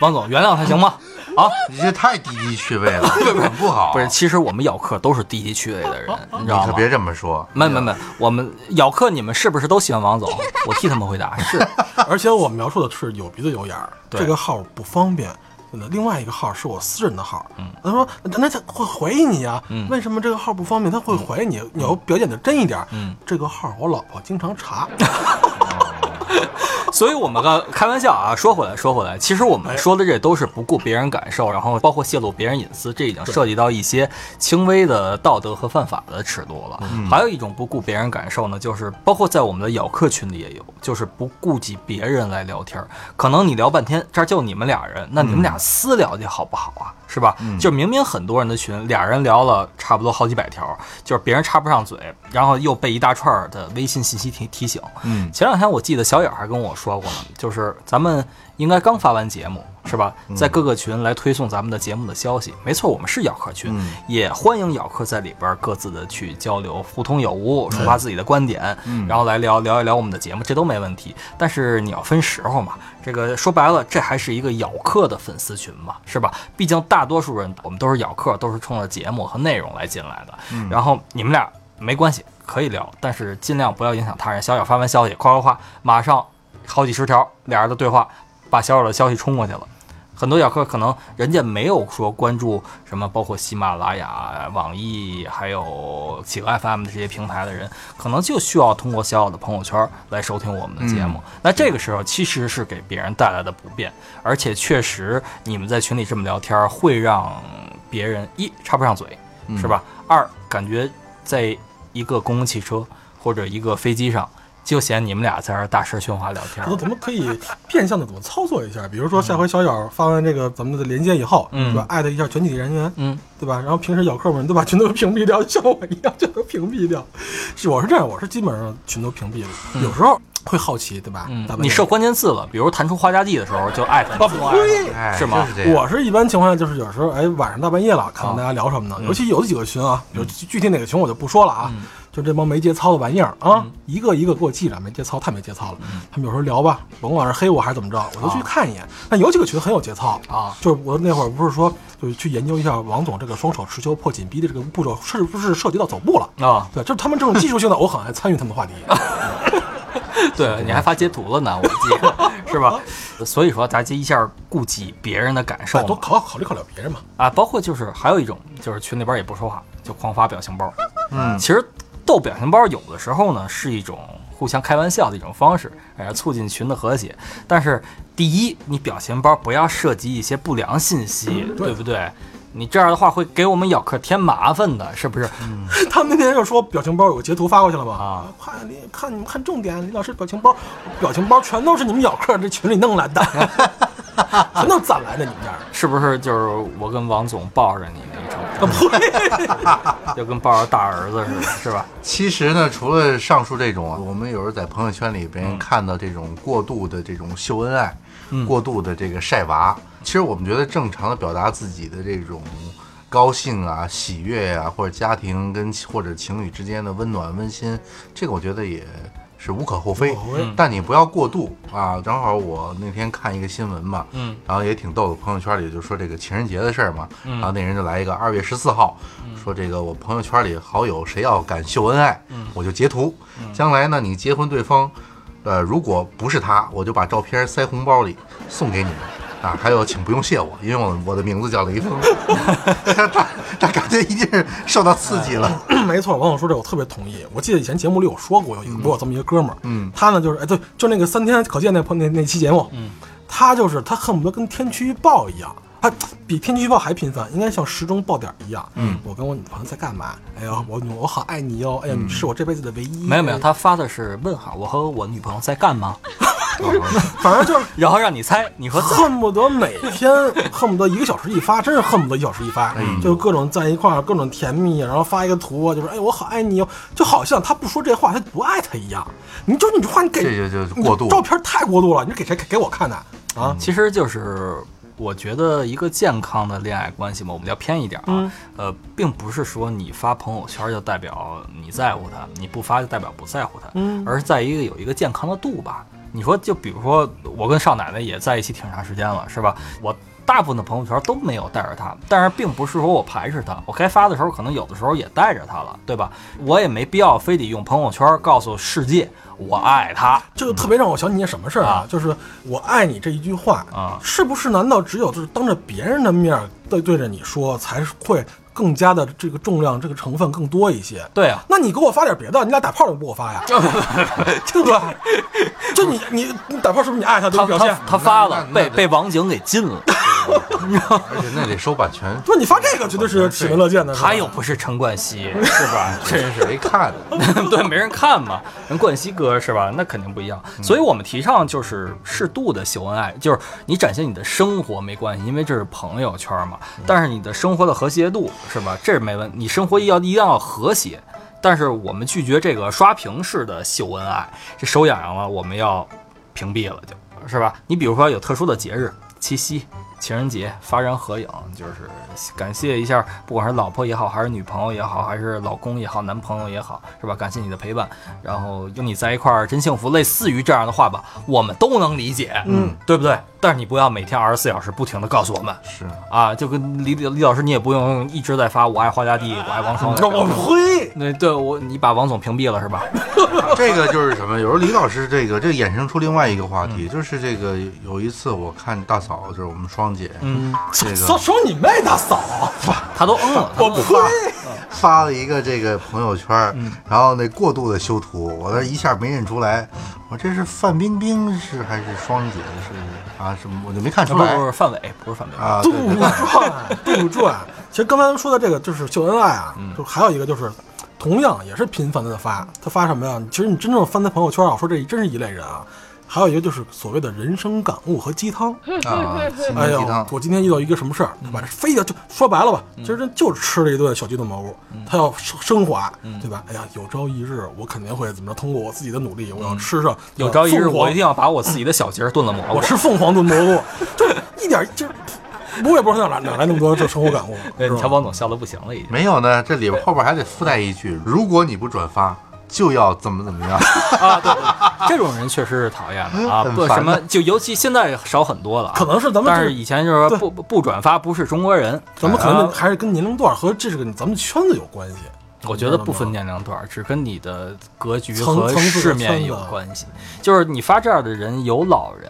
S3: 王总原谅他行吗？
S2: 嗯
S3: 啊，
S2: 你这太低级趣味了，很不好。
S3: 不是，其实我们咬客都是低级趣味的人，你知
S2: 嗯你
S3: 道
S2: 可
S3: 吗？
S2: 别这么说。
S3: 没没没，我们咬客你们是不是都喜欢王总？我替他们回答，是
S1: 而且我描述的是有鼻子有眼儿，
S3: 对
S1: 这个号不方便。那另外一个号是我私人的号，
S3: 嗯
S1: 他说那他会怀疑你啊，为什么这个号不方便？他会怀疑你，
S3: 嗯
S1: 你要表演的真一点儿。这个号我老婆经常查，
S3: 所以我们个开玩笑啊，说回来说回来，其实我们说的这都是不顾别人感受，然后包括泄露别人隐私，这已经涉及到一些轻微的道德和犯法的尺度了。还有一种不顾别人感受呢，就是包括在我们的咬客群里也有，就是不顾及别人来聊天儿，嗯可能你聊半天，这儿就你们俩人，那你们俩私聊去好不好啊？是吧？就明明很多人的群，俩人聊了差不多好几百条，就是别人插不上嘴，然后又被一大串儿的微信信息提提醒。
S2: 嗯，
S3: 前两天我记得小野还跟我说过呢，就是咱们应该刚发完节目是吧？
S2: 嗯
S3: 在各个群来推送咱们的节目的消息。没错，我们是咬客群，
S2: 嗯
S3: 也欢迎咬客在里边各自的去交流，互通有无，抒发自己的观点，
S2: 嗯
S3: 然后来聊聊一聊我们的节目，这都没问题。但是你要分时候嘛，这个说白了，这还是一个咬客的粉丝群嘛，是吧？毕竟大多数人我们都是咬客，都是冲着节目和内容来进来的。
S2: 嗯
S3: 然后你们俩没关系，可以聊，但是尽量不要影响他人。小小发完消息，夸夸夸，马上好几十条俩人的对话，把小小的消息冲过去了。很多小客可能人家没有说关注什么，包括喜马拉雅、网易还有企鹅 FM 的这些平台的人，可能就需要通过小小的朋友圈来收听我们的节目。那这个时候其实是给别人带来的不便，而且确实你们在群里这么聊天，会让别人一插不上嘴，是吧？二感觉在一个公共汽车或者一个飞机上，就嫌你们俩在这儿大声喧哗聊天儿。
S1: 那咱们可以变相的怎么操作一下？比如说下回小小发完这个咱们的连接以后，
S3: 嗯
S1: 对吧？艾特一下全体人员，
S3: 嗯，
S1: 对吧？然后平时咬客们都把群都屏蔽掉，就像我一样全都屏蔽掉。是我是这样，我是基本上群都屏蔽了。有时候会好奇，对吧？
S3: 嗯
S1: 大半夜
S3: 你设关键字了，比如弹出花家地的时候就艾特
S1: 啊
S3: 你，
S1: 不会。
S2: 哎，
S3: 是吗
S2: 真这样
S1: 我是一般情况下就是有时候哎晚上大半夜了，看看大家聊什么呢？
S3: 嗯
S1: 尤其有的几个群啊，有具体哪个群我就不说了啊，就这帮没节操的玩意儿啊，
S3: 嗯
S1: 一个一个给我记着，没节操太没节操了。他们有时候聊吧，甭管是黑我还是怎么着，我就去看一眼。但有几个群很有节操
S3: 啊，
S1: 就是我那会儿不是说就是去研究一下王总这个双手持球破紧逼的这个步骤是不是涉及到走步了。
S3: 啊，
S1: 对，就是他们这种技术性的，我很爱参与他们的话题。
S3: 对，你还发截图了呢，我记 得是吧？所以说，大家一下顾及别人的感受
S1: 哎多
S3: 嘛
S1: 考考虑考虑别人嘛。
S3: 啊，包括就是还有一种就是群里边也不说话，就狂发表情包。
S2: 嗯
S3: 其实逗表情包有的时候呢是一种互相开玩笑的一种方式，哎，促进群的和谐。但是第一，你表情包不要涉及一些不良信息，
S1: 嗯
S3: 对不对？你这样的话会给我们咬客添麻烦的，是不是？
S1: 嗯 他们那天就说表情包有个截图发过去了嘛
S3: 啊，
S1: 快李看你们看重点，李老师表情包，表情包全都是你们咬客这群里弄来 的，全都攒来的你们这儿。
S3: 是不是就是我跟王总抱着你那一张，就跟抱着大儿子似的，是吧？
S2: 其实呢，除了上述这种啊，我们有时候在朋友圈里边看到这种过度的这种秀恩爱，过度的这个晒娃，其实我们觉得正常的表达自己的这种高兴啊、喜悦啊，或者家庭跟或者情侣之间的温暖温馨，这个我觉得也是无可厚非
S1: 无可厚非，
S2: 但你不要过度啊。正好我那天看一个新闻嘛，
S3: 嗯，
S2: 然后也挺逗的，朋友圈里就说这个情人节的事儿嘛，然后那人就来一个二月十四号，说这个我朋友圈里好友谁要敢秀恩爱，我就截图，将来呢你结婚对方，呃，如果不是他，我就把照片塞红包里送给你们。啊，还有，请不用谢我，因为我我的名字叫雷 锋。他他他感觉一定是受到刺激了。
S1: 没错，王总说这我特别同意。我记得以前节目里有说过，有有过这么一个哥们儿，
S2: 嗯
S1: 他呢就是哎对，就那个三天可见那朋那那期节目，嗯，他就是他恨不得跟天气预报一样。他比天气预报还频繁，应该像时钟报点儿一样。嗯，我跟我女朋友在干嘛？哎呀，我我好爱你哟！哎呀，你是我这辈子的唯
S3: 嗯
S1: 一。
S3: 没有没有，
S1: 哎
S3: 他发的是问号，我和我女朋友在干嘛？
S1: 反正就是
S3: 然后让你猜，你说在
S1: 恨不得每天恨不得一个小时一发，真是恨不得一小时一
S2: 哎
S1: 发，就是各种在一块儿，各种甜蜜，然后发一个图啊，就是哎我好爱你哦，就好像他不说这话，他不爱他一样。你就你这话你给
S2: 这就就过度
S1: 你照片太过度了，你给谁给给我看的啊？
S3: 其实就是我觉得一个健康的恋爱关系嘛，我们要偏一点啊，呃，并不是说你发朋友圈就代表你在乎他，你不发就代表不在乎他，而是在一个有一个健康的度吧。你说，就比如说我跟少奶奶也在一起挺长时间了，是吧？我。大部分的朋友圈都没有带着他，但是并不是说我排斥他，我该发的时候可能有的时候也带着他了，对吧？我也没必要非得用朋友圈告诉世界我爱他，
S1: 这就特别让我想起一件什么事儿啊，就是“我爱你”这一句话
S3: 啊
S1: 是不是难道只有就是当着别人的面儿对对着你说，才会更加的这个重量、这个成分更多一些？
S3: 对啊，
S1: 那你给我发点别的，你俩打炮你不给我发 呀？对不对？就你你你打炮是不是你爱他
S3: 他
S1: 的表
S3: 他
S1: 现？
S3: 他发了，
S2: 那
S3: 被被王景给禁了。
S2: 而且那得收版权，
S1: 不是你发这个绝对是喜闻乐见的。是吧
S3: 他又不是陈冠希，是吧？真是，
S2: 谁看的？
S3: 对，没人看嘛。人冠希哥是吧？那肯定不一样。所以我们提倡就是适度的秀恩爱，就是你展现你的生活没关系，因为这是朋友圈嘛。但是你的生活的和谐度是吧？这是没问，你生活要一定要和谐。但是我们拒绝这个刷屏式的秀恩爱，这手痒痒了，我们要屏蔽了就，是吧？你比如说有特殊的节日，七夕、情人节，发张合影，就是感谢一下，不管是老婆也好，还是女朋友也好，还是老公也好，男朋友也好，是吧？感谢你的陪伴，然后有你在一块儿真幸福，类似于这样的话吧，我们都能理解，嗯，对不对？但是你不要每天二十四小时不停的告诉我们。
S2: 是
S3: 啊，就跟李李老师，你也不用一直在发“我爱花家地，我爱王 双”。
S1: 我呸！
S3: 那对我，你把王总屏蔽了是吧？
S2: 这个就是什么？有时候李老师这个这衍生出另外一个话题，就是这个有一次我看大嫂，就是我们双姐，
S3: 嗯，
S2: 这个
S1: 说说你妹大嫂！
S3: 他都嗯了，他
S1: 我
S3: 都
S1: 呸！
S2: 发了一个这个朋友圈，然后那过度的修图，我那一下没认出来，我这是范冰冰是还是双姐是啊？什么我就没看
S3: 啊
S2: 出
S3: 不
S2: 来
S3: 不是范伟，不是范伟，
S2: 啊？
S1: 杜
S2: 对对对
S1: 撰，杜撰。其实刚才说的这个就是秀恩爱啊，
S3: 嗯
S1: 就还有一个就是，同样也是频繁的发，他发什么呀？其实你真正翻他朋友圈啊，我说这真是一类人啊。还有一个就是所谓的人生感悟和鸡汤。
S2: 啊，心
S1: 哎
S2: 灵
S1: 呦
S2: 鸡汤，。
S1: 我今天遇到一个什么事儿，
S3: 嗯
S1: 对吧？非要就说白了吧，今儿真就吃了一顿小鸡炖蘑菇，
S3: 嗯
S1: 它要升升华，对吧？哎呀，有朝一日我肯定会怎么着？通过我自己的努力，我要吃上
S3: 嗯有朝一日
S1: 凤凰
S3: 我一定要把我自己的小节儿炖了蘑菇。
S1: 我吃凤凰炖蘑菇， 就是一点就是，我也不知道哪哪来那么多这生 活感悟。
S3: 哎，
S1: 是吧
S3: 你瞧王总笑的不行了已经。
S2: 没有呢，这里边后边还得附带一句：如果你不转发，就要怎么怎么样。
S3: 啊，对， 这种人确实是讨厌的啊，
S2: 很
S3: 不
S2: 烦
S3: 什么
S2: 的，
S3: 就尤其现在少很多了啊，
S1: 可能是咱们
S3: 但
S1: 这
S3: 是以前就是说
S1: 对
S3: 不不不转发不是中国人，
S1: 咱们可能
S3: 啊
S1: 还是跟年龄段和这是个咱们圈子有关系。
S3: 我觉得不
S1: 嗯
S3: 分年龄段儿，只跟你的格局
S1: 层
S3: 和
S1: 层次的
S3: 世面
S1: 圈
S3: 有
S1: 子
S3: 关系。就是你发这样的人，有老人，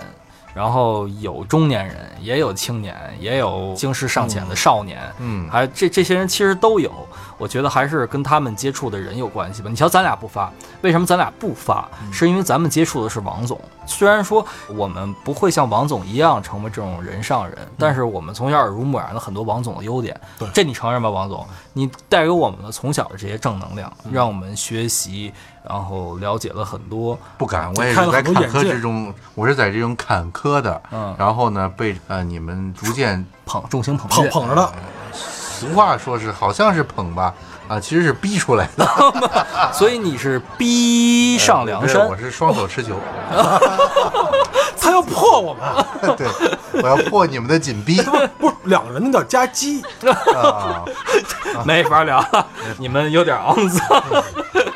S3: 然后有中年人，也有青年，也有经世尚浅的少年，
S2: 嗯
S3: 还这这些人其实都有。我觉得还是跟他们接触的人有关系吧。你瞧，咱俩不发，为什么咱俩不发？
S1: 嗯
S3: 是因为咱们接触的是王总。虽然说我们不会像王总一样成为这种人上人，但是我们从小耳濡目染了很多王总的优点。
S1: 嗯对
S3: 这你承认吧，王总？你带给我们的从小的这些正能量，
S1: 嗯
S3: 让我们学习，然后了解了很多。
S2: 不敢，我也
S1: 开
S2: 是
S1: 了
S2: 在
S1: 很多
S2: 坎
S1: 眼
S2: 坷
S1: 界
S2: 之中，我是在这种坎坷的，
S3: 嗯
S2: 然后呢，被呃你们逐渐，
S3: 捧众星捧
S1: 捧
S3: 月，
S1: 捧着的，
S2: 俗话说是好像是捧吧，啊，其实是逼出来的。
S3: 所以你是逼上梁
S2: 对
S3: 山
S2: 哎我，是双手持球，
S1: 他要破我们，
S2: 对，我要破你们的紧逼
S1: 不是两个人那叫夹击，
S2: 啊！
S3: 没法聊了，你们有点肮 脏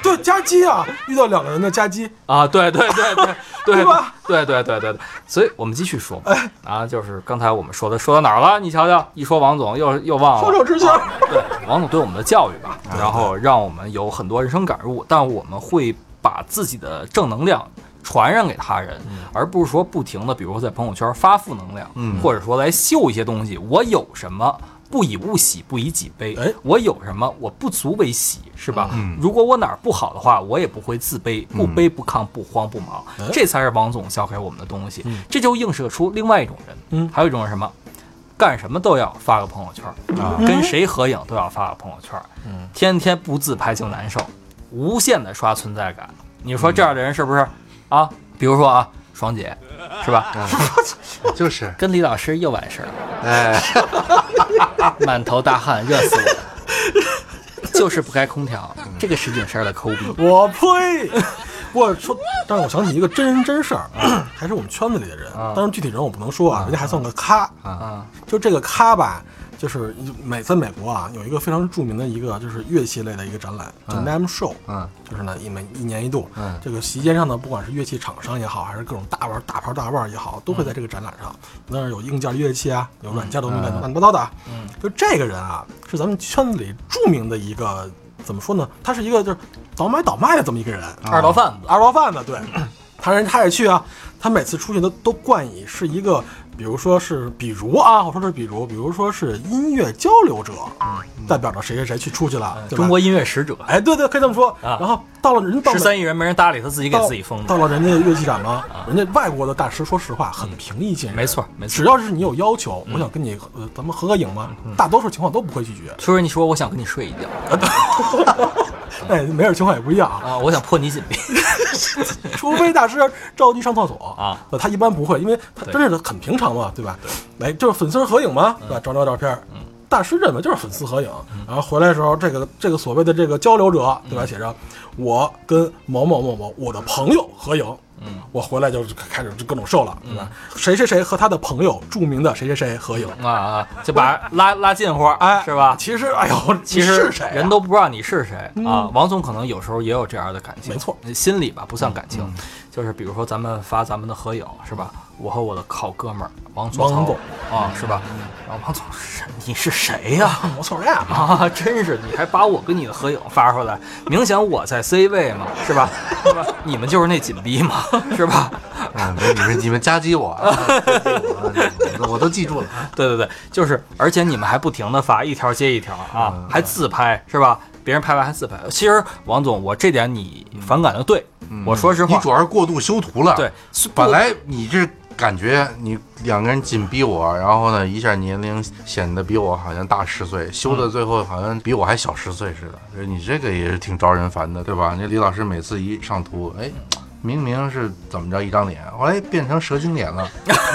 S1: 对夹击啊，遇到两个人的夹击，
S3: 啊！对对对对对
S1: 对吧
S3: 对对对对对，所以我们继续说吧。
S2: 哎
S3: 啊，就是刚才我们说的，说到哪儿了？你瞧瞧，一说王总又又忘了。
S1: 双手之球，
S3: 对王总对我们的教育吧，
S1: 啊
S3: 然后让我们有很多人生感悟，但我们会把自己的正能量传染给他人，
S1: 嗯
S3: 而不是说不停的，比如说在朋友圈发负能量，
S2: 嗯
S3: 或者说来秀一些东西，我有什么。不以物喜，不以己悲。
S1: 哎嗯
S3: 我有什么，我不足为喜，是吧？如果我哪儿不好的话，我也不会自卑，不卑不亢，不慌不忙，
S1: 嗯
S3: 这才是王总教给我们的东西。这就映射出另外一种人，
S1: 嗯
S3: 还有一种是什么？干什么都要发个朋友圈儿，
S1: 嗯
S3: 跟谁合影都要发个朋友圈儿，天天不自拍就难受，无限的刷存在感。你说这样的人是不是
S1: 嗯
S3: 啊？比如说啊，爽姐，是吧？
S2: 就是，
S3: 跟李老师又完事儿了。
S2: 哎，
S1: 哎
S3: 满头大汗，热死我了。就是不开空调，
S1: 嗯
S3: 这个实景事儿的抠逼。
S1: 我呸！不过说，但是我想起一个真人真事儿，啊还是我们圈子里的人，当然具体人我不能说啊，人家还算个咖
S3: 啊。
S1: 就这个咖吧，就是美在美国啊，有一个非常著名的一个就是乐器类的一个展览，叫 NAM Show，
S2: 嗯，
S1: 就是呢一每一年一度
S2: 嗯，
S1: 这个席间上呢，不管是乐器厂商也好，还是各种大腕大牌大腕儿也好，都会在这个展览上。嗯那儿有硬件乐器啊，有软件东西乱乱七八糟的啊。
S3: 嗯
S1: 就这个人啊，是咱们圈子里著名的一个，怎么说呢？他是一个就是倒买倒卖的这么一个人，
S2: 啊
S3: 二道贩子，
S1: 二道贩子，对，他人他也去啊，他每次出去都都冠以是一个，比如说是，比如啊，我说是比如，比如说是音乐交流者，代表着谁谁谁去出去了，
S3: 嗯
S1: 对吧
S3: 中，国音乐使者，
S1: 哎，对对，可以这么说。
S3: 啊
S1: 然后到了人到
S3: 十
S1: 美
S3: 三亿人没人搭理他，自己给
S1: 到
S3: 自己封
S1: 到
S3: 的。啊
S1: 了人家乐器展吗？人家外国的大师，说实话很平易近人，
S3: 嗯没错没错嗯
S1: 只要是你有要求，我想跟你呃咱们合个影嘛，大多数情况都不会拒绝。
S3: 所以你说我想跟你睡一觉嗯
S1: 哎，没事，情况也不一样啊。
S3: 啊，我想破你紧闭。
S1: 除非大师着急上厕所
S3: 啊，
S1: 呃他一般不会，因为他
S3: 对嗯
S1: 真是很平常嘛，对吧？来就是粉丝合影嘛，对吧？找张照片儿，大师认为就是粉丝合影，然后回来的时候，这个这个所谓的这个交流者，
S3: 嗯
S1: 对吧？写着我跟某某某某我的朋友合影。嗯，我回来就开始就各种瘦了，对吧？
S3: 嗯
S1: 谁谁谁和他的朋友，著名的谁谁谁合影，
S3: 啊啊，就把拉拉近乎，
S1: 哎，
S3: 是吧？
S1: 其实，哎呦，
S3: 其
S1: 你
S3: 实
S1: 是谁啊
S3: 人都不知道你是谁啊。王总可能有时候也有这样的感情，
S1: 没错，
S3: 心理吧不算感情，就是比如说咱们发咱们的合影是吧？我和我的好哥们儿王总
S1: 王总
S3: 啊是吧？然后王总是你是谁呀？
S1: 我操哎呀！
S3: 啊，真是！你还把我跟你的合影发出来，明显我在 C 位嘛，是吧？是吧你们就是那紧逼嘛，是吧？
S2: 啊，没你们你们夹击我啊， 夹击我啊我都记住了。
S3: 对对对，就是，而且你们还不停的发一条接一条
S2: 嗯
S3: 啊，还自拍是吧？别人拍完还自拍。其实王总，我这点你反感的对，我说实
S2: 嗯你
S3: 话
S2: 主，要是过度修图了。
S3: 对，，是不
S2: 本来你这感觉你两个人紧逼我，然后呢一下年龄显得比我好像大十岁，修的最后好像比我还小十岁似的。就是你这个也是挺招人烦的，对吧？那李老师每次一上图，哎。明明是怎么着一张脸，后来变成蛇精脸 了，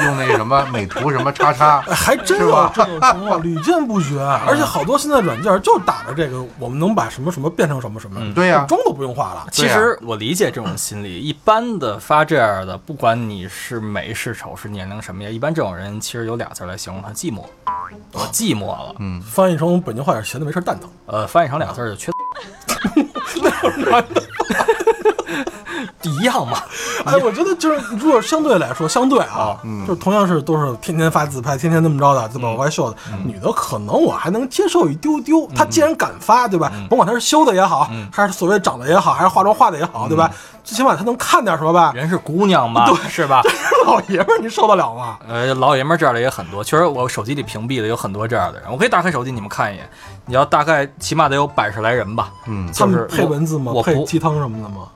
S2: 用那什么美图什么叉叉，
S1: 哎还真
S2: 是
S1: 有
S2: 吧
S1: 这种情况，屡见不绝。而且好多现在软件就打着这个，我们能把什么什么变成什么什么，
S2: 对呀
S1: 妆都不用化了。
S3: 其实我理解这种心理，一般的发这样的，不管你是美是丑是年龄什么样，一般这种人其实有俩字儿来形容他：寂 寞。我寂寞了，
S2: 嗯
S1: 翻译成北京话也闲的没事儿蛋疼。
S3: 呃，翻译成俩字儿就 缺。 一样嘛，
S1: 哎，我觉得就是如果相对来说，相对啊，就是同样是都是天天发自拍，天天那么着的，对吧？往外秀的，女的可能我还能接受一丢丢。她既然敢发，对吧？甭管她是修的也好，还是所谓长得也好，还是化妆化的也好，对吧？最起码她能看点什么吧？
S3: 人是姑娘嘛，是吧？
S1: 老爷们儿，你受得了吗？
S3: 呃，老爷们儿这样的也很多，确实我手机里屏蔽的有很多这样的人。我可以打开手机，你们看一眼，你要大概起码得有百十来人吧。
S2: 嗯
S3: 就
S1: 他
S3: 是
S1: 们配
S3: 我
S1: 文字吗
S3: 我？
S1: 配
S3: 不
S1: 鸡汤什么的吗？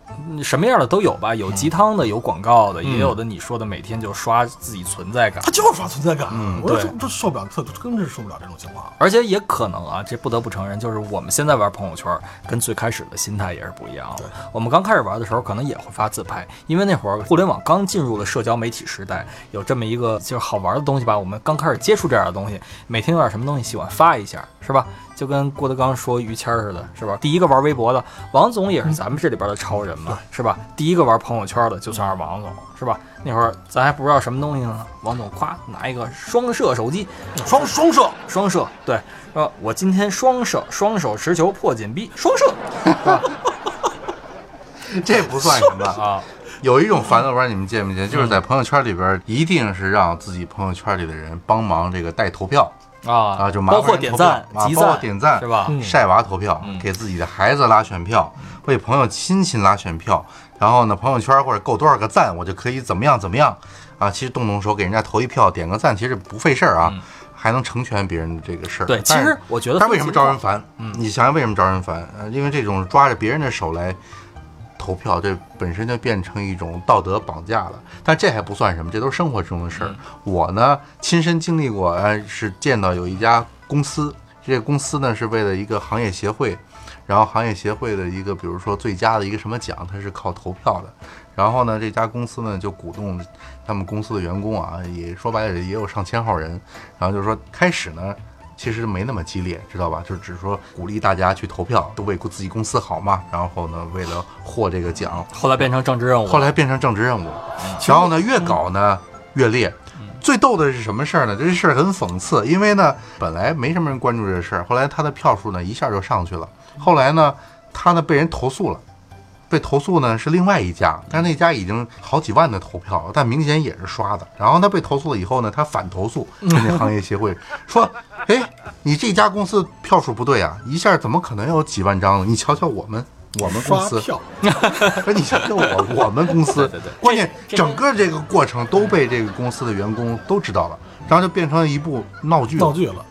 S3: 什么样的都有吧，有鸡汤的，有广告
S1: 嗯
S3: 的，也有的你说的每天就刷自己存在感
S1: 他。就是刷存在感。
S2: 嗯
S1: 我说
S3: 对
S1: 这这受不了，特真是受不了这种情况。
S3: 而且也可能啊，这不得不承认，就是我们现在玩朋友圈儿跟最开始的心态也是不一样的。我们刚开始玩的时候，可能也会发自拍，因为那会儿互联网刚进入了社交媒体时代，有这么一个就是好玩的东西吧。我们刚开始接触这样的东西，每天有点什么东西喜欢发一下，是吧？就跟郭德纲说于谦儿似的，是吧？第一个玩微博的王总也是咱们这里边的超人嘛，是吧？第一个玩朋友圈的就算是王总，是吧？那会儿咱还不知道什么东西呢，王总夸拿一个双摄手机，
S1: 双双射，
S3: 双射，对，说我今天双射，双手持球破紧逼，双射
S2: 这不算什么。
S3: 啊，
S2: 有一种烦恼，我不知道你们见没见，就是在朋友圈里边，一定是让自己朋友圈里的人帮忙这个带投票
S3: 啊
S2: 啊，就麻
S3: 包
S2: 烦
S3: 括
S2: 人
S3: 点
S2: 投票
S3: 赞、
S2: 啊
S3: 集
S2: 包括
S3: 赞、
S2: 点赞嗯
S3: 是吧？嗯
S2: 晒娃投票，给自己的孩子拉选票，为朋友亲戚拉选票，然后呢，朋友圈或者够多少个赞，我就可以怎么样怎么样啊。其实动动手给人家投一票，点个赞，其实不费事儿啊，还能成全别人的这个事儿。
S3: 嗯对，其
S2: 但是
S3: 实我觉得
S2: 但为什么招人
S3: 分
S2: 烦？你想想为什么招人烦？呃，因为这种抓着别人的手来投票，这本身就变成一种道德绑架了。但这还不算什么，这都是生活中的事儿。我呢，亲身经历过，呃，是见到有一家公司，这个公司呢是为了一个行业协会，然后行业协会的一个，比如说最佳的一个什么奖，它是靠投票的。然后呢，这家公司呢就鼓动他们公司的员工啊，也说白了也有上千号人，然后就说开始呢。其实没那么激烈，知道吧？就只是说鼓励大家去投票，都为自己公司好嘛。然后呢，为了获这个奖，
S3: 析，后来变成政治任务了，
S2: 后来变成政治任务，然后呢，越搞呢越烈。最逗的是什么事儿呢？这事儿很讽刺，因为呢，本来没什么人关注这事儿，后来他的票数呢一下就上去了。后来呢，他呢被人投诉了，被投诉呢是另外一家，但是那家已经好几万的投票了，但明显也是刷的。然后他被投诉了以后呢，他反投诉跟那行业协会 说：“哎，你这家公司票数不对啊，一下怎么可能有几万张呢？你瞧瞧我们，我们
S1: 刷
S2: 公司。”
S1: 票，
S2: 不是你像我我们公司，关键整个这个过程都被这个公司的员工都知道了，然后就变成了一部闹剧。
S1: 闹，剧了，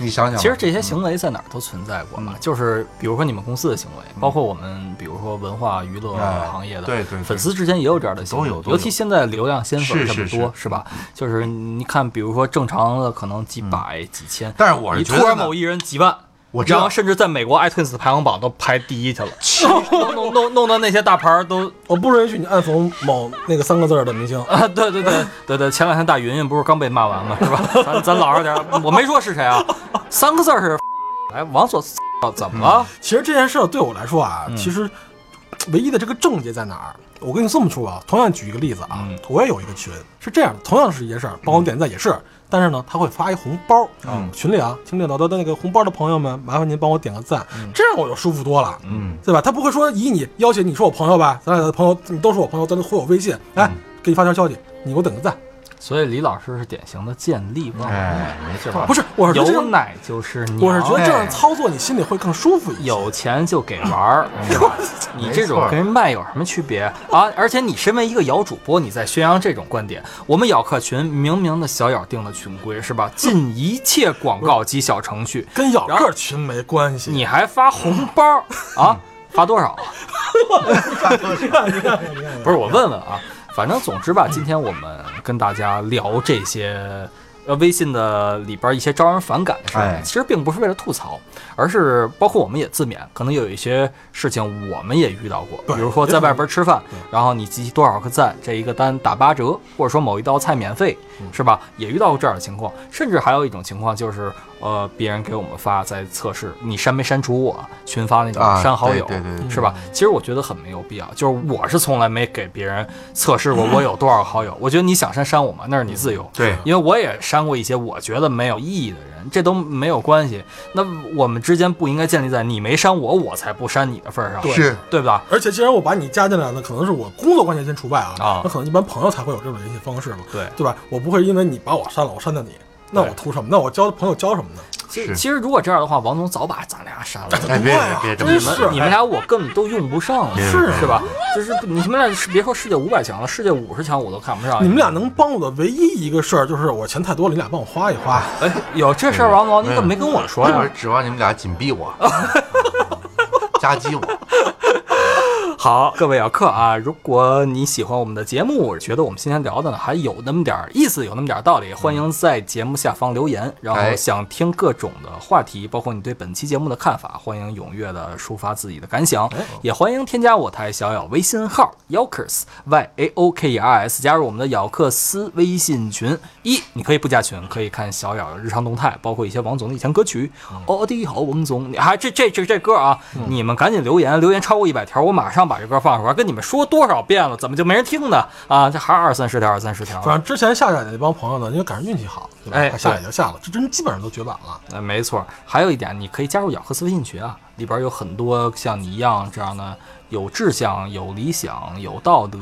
S2: 你想想吧，
S3: 其实这些行为在哪儿都存在
S2: 嗯
S3: 过嘛，啊就是比如说你们公司的行为，包括我们比如说文化娱乐
S2: 哎
S3: 行业的，
S2: 对对对
S3: 粉丝之间也有这样的行为，
S2: 都有都有
S3: 尤其现在流量仙粉
S2: 是
S3: 这么
S2: 是
S3: 多，
S2: 是
S3: 是吧？就是你看，比如说正常的可能几百
S2: 嗯
S3: 几千，
S2: 但是我是
S3: 你
S2: 觉得
S3: 突然
S2: 呢
S3: 某一人几万。
S2: 我知道
S3: 然后甚至在美国 iTunes 排行榜都排第一去了，弄弄弄弄到那些大牌儿都。
S1: 我不允许你暗讽某那个三个字儿的明星
S3: 啊，对对对对对，前两天大云云不是刚被骂完吗？是吧？咱咱老实点儿，我没说是谁啊，三个字儿是，哎，王所怎么了？
S1: 其实这件事儿对我来说
S3: 嗯
S1: 啊，其实唯一的这个症结在哪儿？我跟你这么说啊，同样举一个例子啊，
S3: 嗯
S1: 我也有一个群，是这样的，同样是一件事儿，帮我点赞也是，但是呢，他会发一红包，嗯，群里啊，听领导的那个红包的朋友们，麻烦您帮我点个赞，
S3: 嗯
S1: 这样我就舒服多了，嗯，对吧？他不会说以你要挟你是我朋友吧，咱俩的朋友，你都是我朋友，咱都回我微信，
S3: 嗯
S1: 来给你发条消息，你给我点个赞，
S3: 所以李老师是典型的见利忘
S2: 哎，没错，
S1: 不是，我是觉得这
S3: 啊有
S1: 种
S3: 奶就是娘。
S1: 我是觉得这样
S2: 哎
S1: 操作你心里会更舒服一些。
S3: 有钱就给玩 儿，是吧？你这种
S2: 嗯没错
S3: 跟人卖有什么区别啊？而且你身为一个姚主播，你在宣扬这种观点。我们咬客群明明的小咬定了群规，是吧？禁一切广告及小程序，
S1: 跟咬
S3: 然后
S1: 客群没关系，
S3: 你还发红包啊？发多少啊？ 不是我问问啊，反正总之吧，今天我们跟大家聊这些。呃，微信的里边一些招人反感的事儿
S2: 哎，
S3: 其实并不是为了吐槽，而是包括我们也自勉，可能有一些事情我们也遇到过，
S1: 对
S3: 比如说在外边吃饭，然后你集多少个赞，这一个单打八折，或者说某一道菜免费，
S2: 嗯
S3: 是吧？也遇到过这样的情况，甚至还有一种情况就是，呃，别人给我们发在测试你删没删除我群发那种
S2: 啊
S3: 删好友，
S2: 对对对嗯对
S3: 是吧？其实我觉得很没有必要，就是我是从来没给别人测试过我有多少个好友，我觉得你想删删我嘛，那是你自由。
S2: 对
S3: 因为我也删过一些我觉得没有意义的人，这都没有关系。那我们之间不应该建立在你没删我，我才不删你的份儿上，
S1: 对
S2: 是
S3: 对吧？
S1: 而且既然我把你加进来呢，可能是我工作关系先除外啊，
S3: 啊
S1: 那可能一般朋友才会有这种联系方式嘛，
S3: 对
S1: 对吧？我不会因为你把我删了，我删掉你，那我图什么？那我交朋友交什么呢？
S3: 其实
S2: 是
S3: 其实如果这样的话，王总早把咱俩删了。
S2: 哎，别别别这么
S1: 真
S3: 你
S2: 说哎
S1: 是哎
S3: 们你们俩我根本都用不上了，
S2: 别
S1: 是
S3: 是吧？就是你们俩是别说世界五百强了，世界五十强我都看不上。
S1: 你们俩能帮我的唯一一个事儿就是我钱太多了，你俩帮我花一花。
S3: 哎有这事儿，王总你
S2: 没
S3: 怎
S2: 有
S3: 么没跟我说
S2: 我是
S3: 呀？
S2: 指望你们俩紧逼我，夹击我。
S3: 好，各位咬客啊，如果你喜欢我们的节目，觉得我们今天聊的呢还有那么点儿意思，有那么点儿道理，欢迎在节目下方留言。然后
S2: 哎
S3: 想听各种的话题，包括你对本期节目的看法，欢迎踊跃的抒发自己的感想，也欢迎添加我台小咬微信号 yokers y a o k e r s，加入我们的咬克斯微信群。一，你可以不加群，可以看小咬的日常动态，包括一些王总的以前歌曲。哦，你好，王总，你还、这这这这歌啊，你们赶紧留言，留言超过一百条，我马上把这歌放出来。跟你们说多少遍了，怎么就没人听呢？啊，这还是二三十条，二三十条。
S1: 反正之前下载的那帮朋友呢，因为赶上运气好，对吧？
S3: 哎
S1: 下载就下了，这真基本上都绝版了。
S3: 哎，没错儿。还有一点，你可以加入咬克斯微信群啊，里边儿有很多像你一样这样的有志向、有理想、有道德，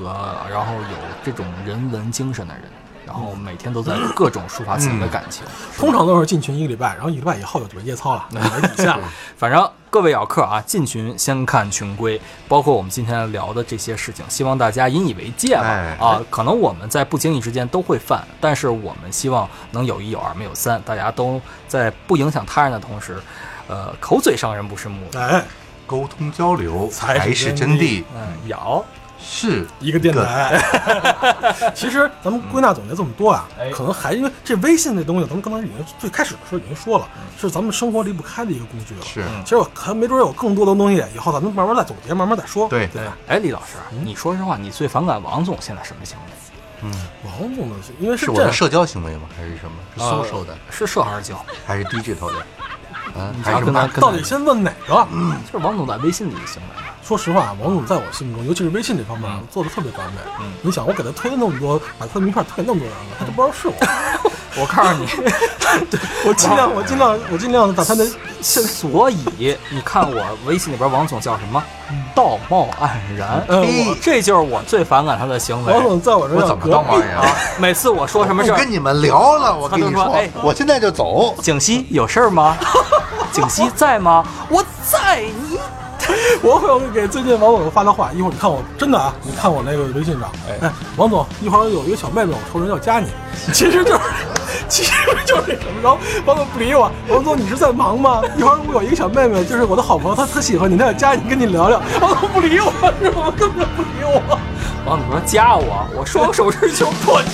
S3: 然后有这种人文精神的人，然后每天都在各种抒发自己的感情。
S1: 通常都是进群一个礼拜，然后一个礼拜以后就节操 了，没底线了。
S3: 反正各位咬客啊，进群先看群规，包括我们今天聊的这些事情，希望大家引以为戒吧。
S2: 哎
S3: 啊，可能我们在不经意之间都会犯，但是我们希望能有一有二，没有三，大家都在不影响他人的同时，呃，口嘴伤人不是木。
S1: 哎，
S2: 沟通交流
S1: 才
S2: 才
S1: 是
S2: 是
S1: 真嗯
S2: 真谛，
S3: 嗯，咬。
S2: 是
S1: 一个电台。 其实咱们归纳总结这么多啊，
S2: 哎
S1: 可能还因为这微信这东西，咱们刚才已经最开始的时候已经说了，是咱们生活离不开的一个工具了。
S2: 嗯是，
S1: 其实我还没准有更多的东西，以后咱们慢慢再总结，慢慢再说。
S2: 对
S1: 对吧？
S3: 哎，李老师，你说实话，你最反感王总现在什么行为？
S1: 王总呢，因为
S2: 是
S1: 这
S2: 我的
S1: 样，
S2: 社交行为吗？还是什么？
S1: 啊
S2: 是 social 的，
S3: 呃是社还是交？
S2: 还是 digital 的？啊，还
S3: 要
S2: 是什
S3: 跟他
S2: 么？
S3: 跟他
S1: 到底先问哪个？
S2: 嗯
S3: 就是王总在微信里的行为。
S1: 说实话，王总在我心目中，尤其是微信这方面，
S2: 嗯
S1: 做的特别到位。你想，我给他推了那么多，把他的名片推给那么多人了，他都不知道 是我。
S3: 我告诉你，
S1: 我尽量，我尽量，我尽量把他的
S3: 所以你看我微信里边王总叫什么？道貌岸然，
S1: 呃
S3: 嘿这就是我最反感他的行为。
S1: 王总在我这
S2: 我
S1: 叫
S2: 怎么
S1: 隔
S2: 当盲
S1: 壁。
S2: 人
S3: 啊？，每次我说什么事
S2: 不
S3: 儿，
S2: 跟你们聊了，我
S3: 他
S2: 跟
S3: 就
S2: 你
S3: 说哎
S2: 我现在就走。
S3: 景熙有事儿吗？景熙在吗？我在你。
S1: 我会给最 近王总发的话，一会儿你看我真的啊，你看我那个微信上，哎，王总，一会儿有一个小妹妹，我抽人要加你，其实就是，其实就是那什么，然后王总不理我，王总你是在忙吗？一会儿我有一个小妹妹，就是我的好朋友，她特喜欢你，她要加你，跟你聊聊，王总不理我，是吧？根本不理我。
S3: 王总说加我，我说我手指就破。加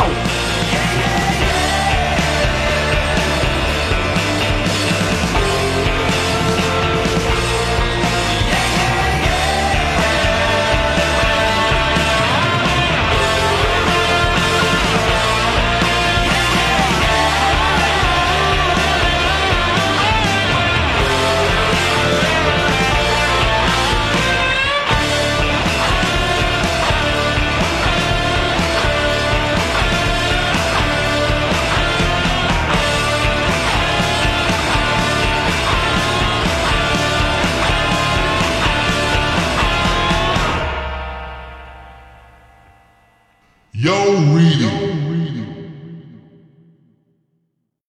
S3: 我。
S4: Yo reading.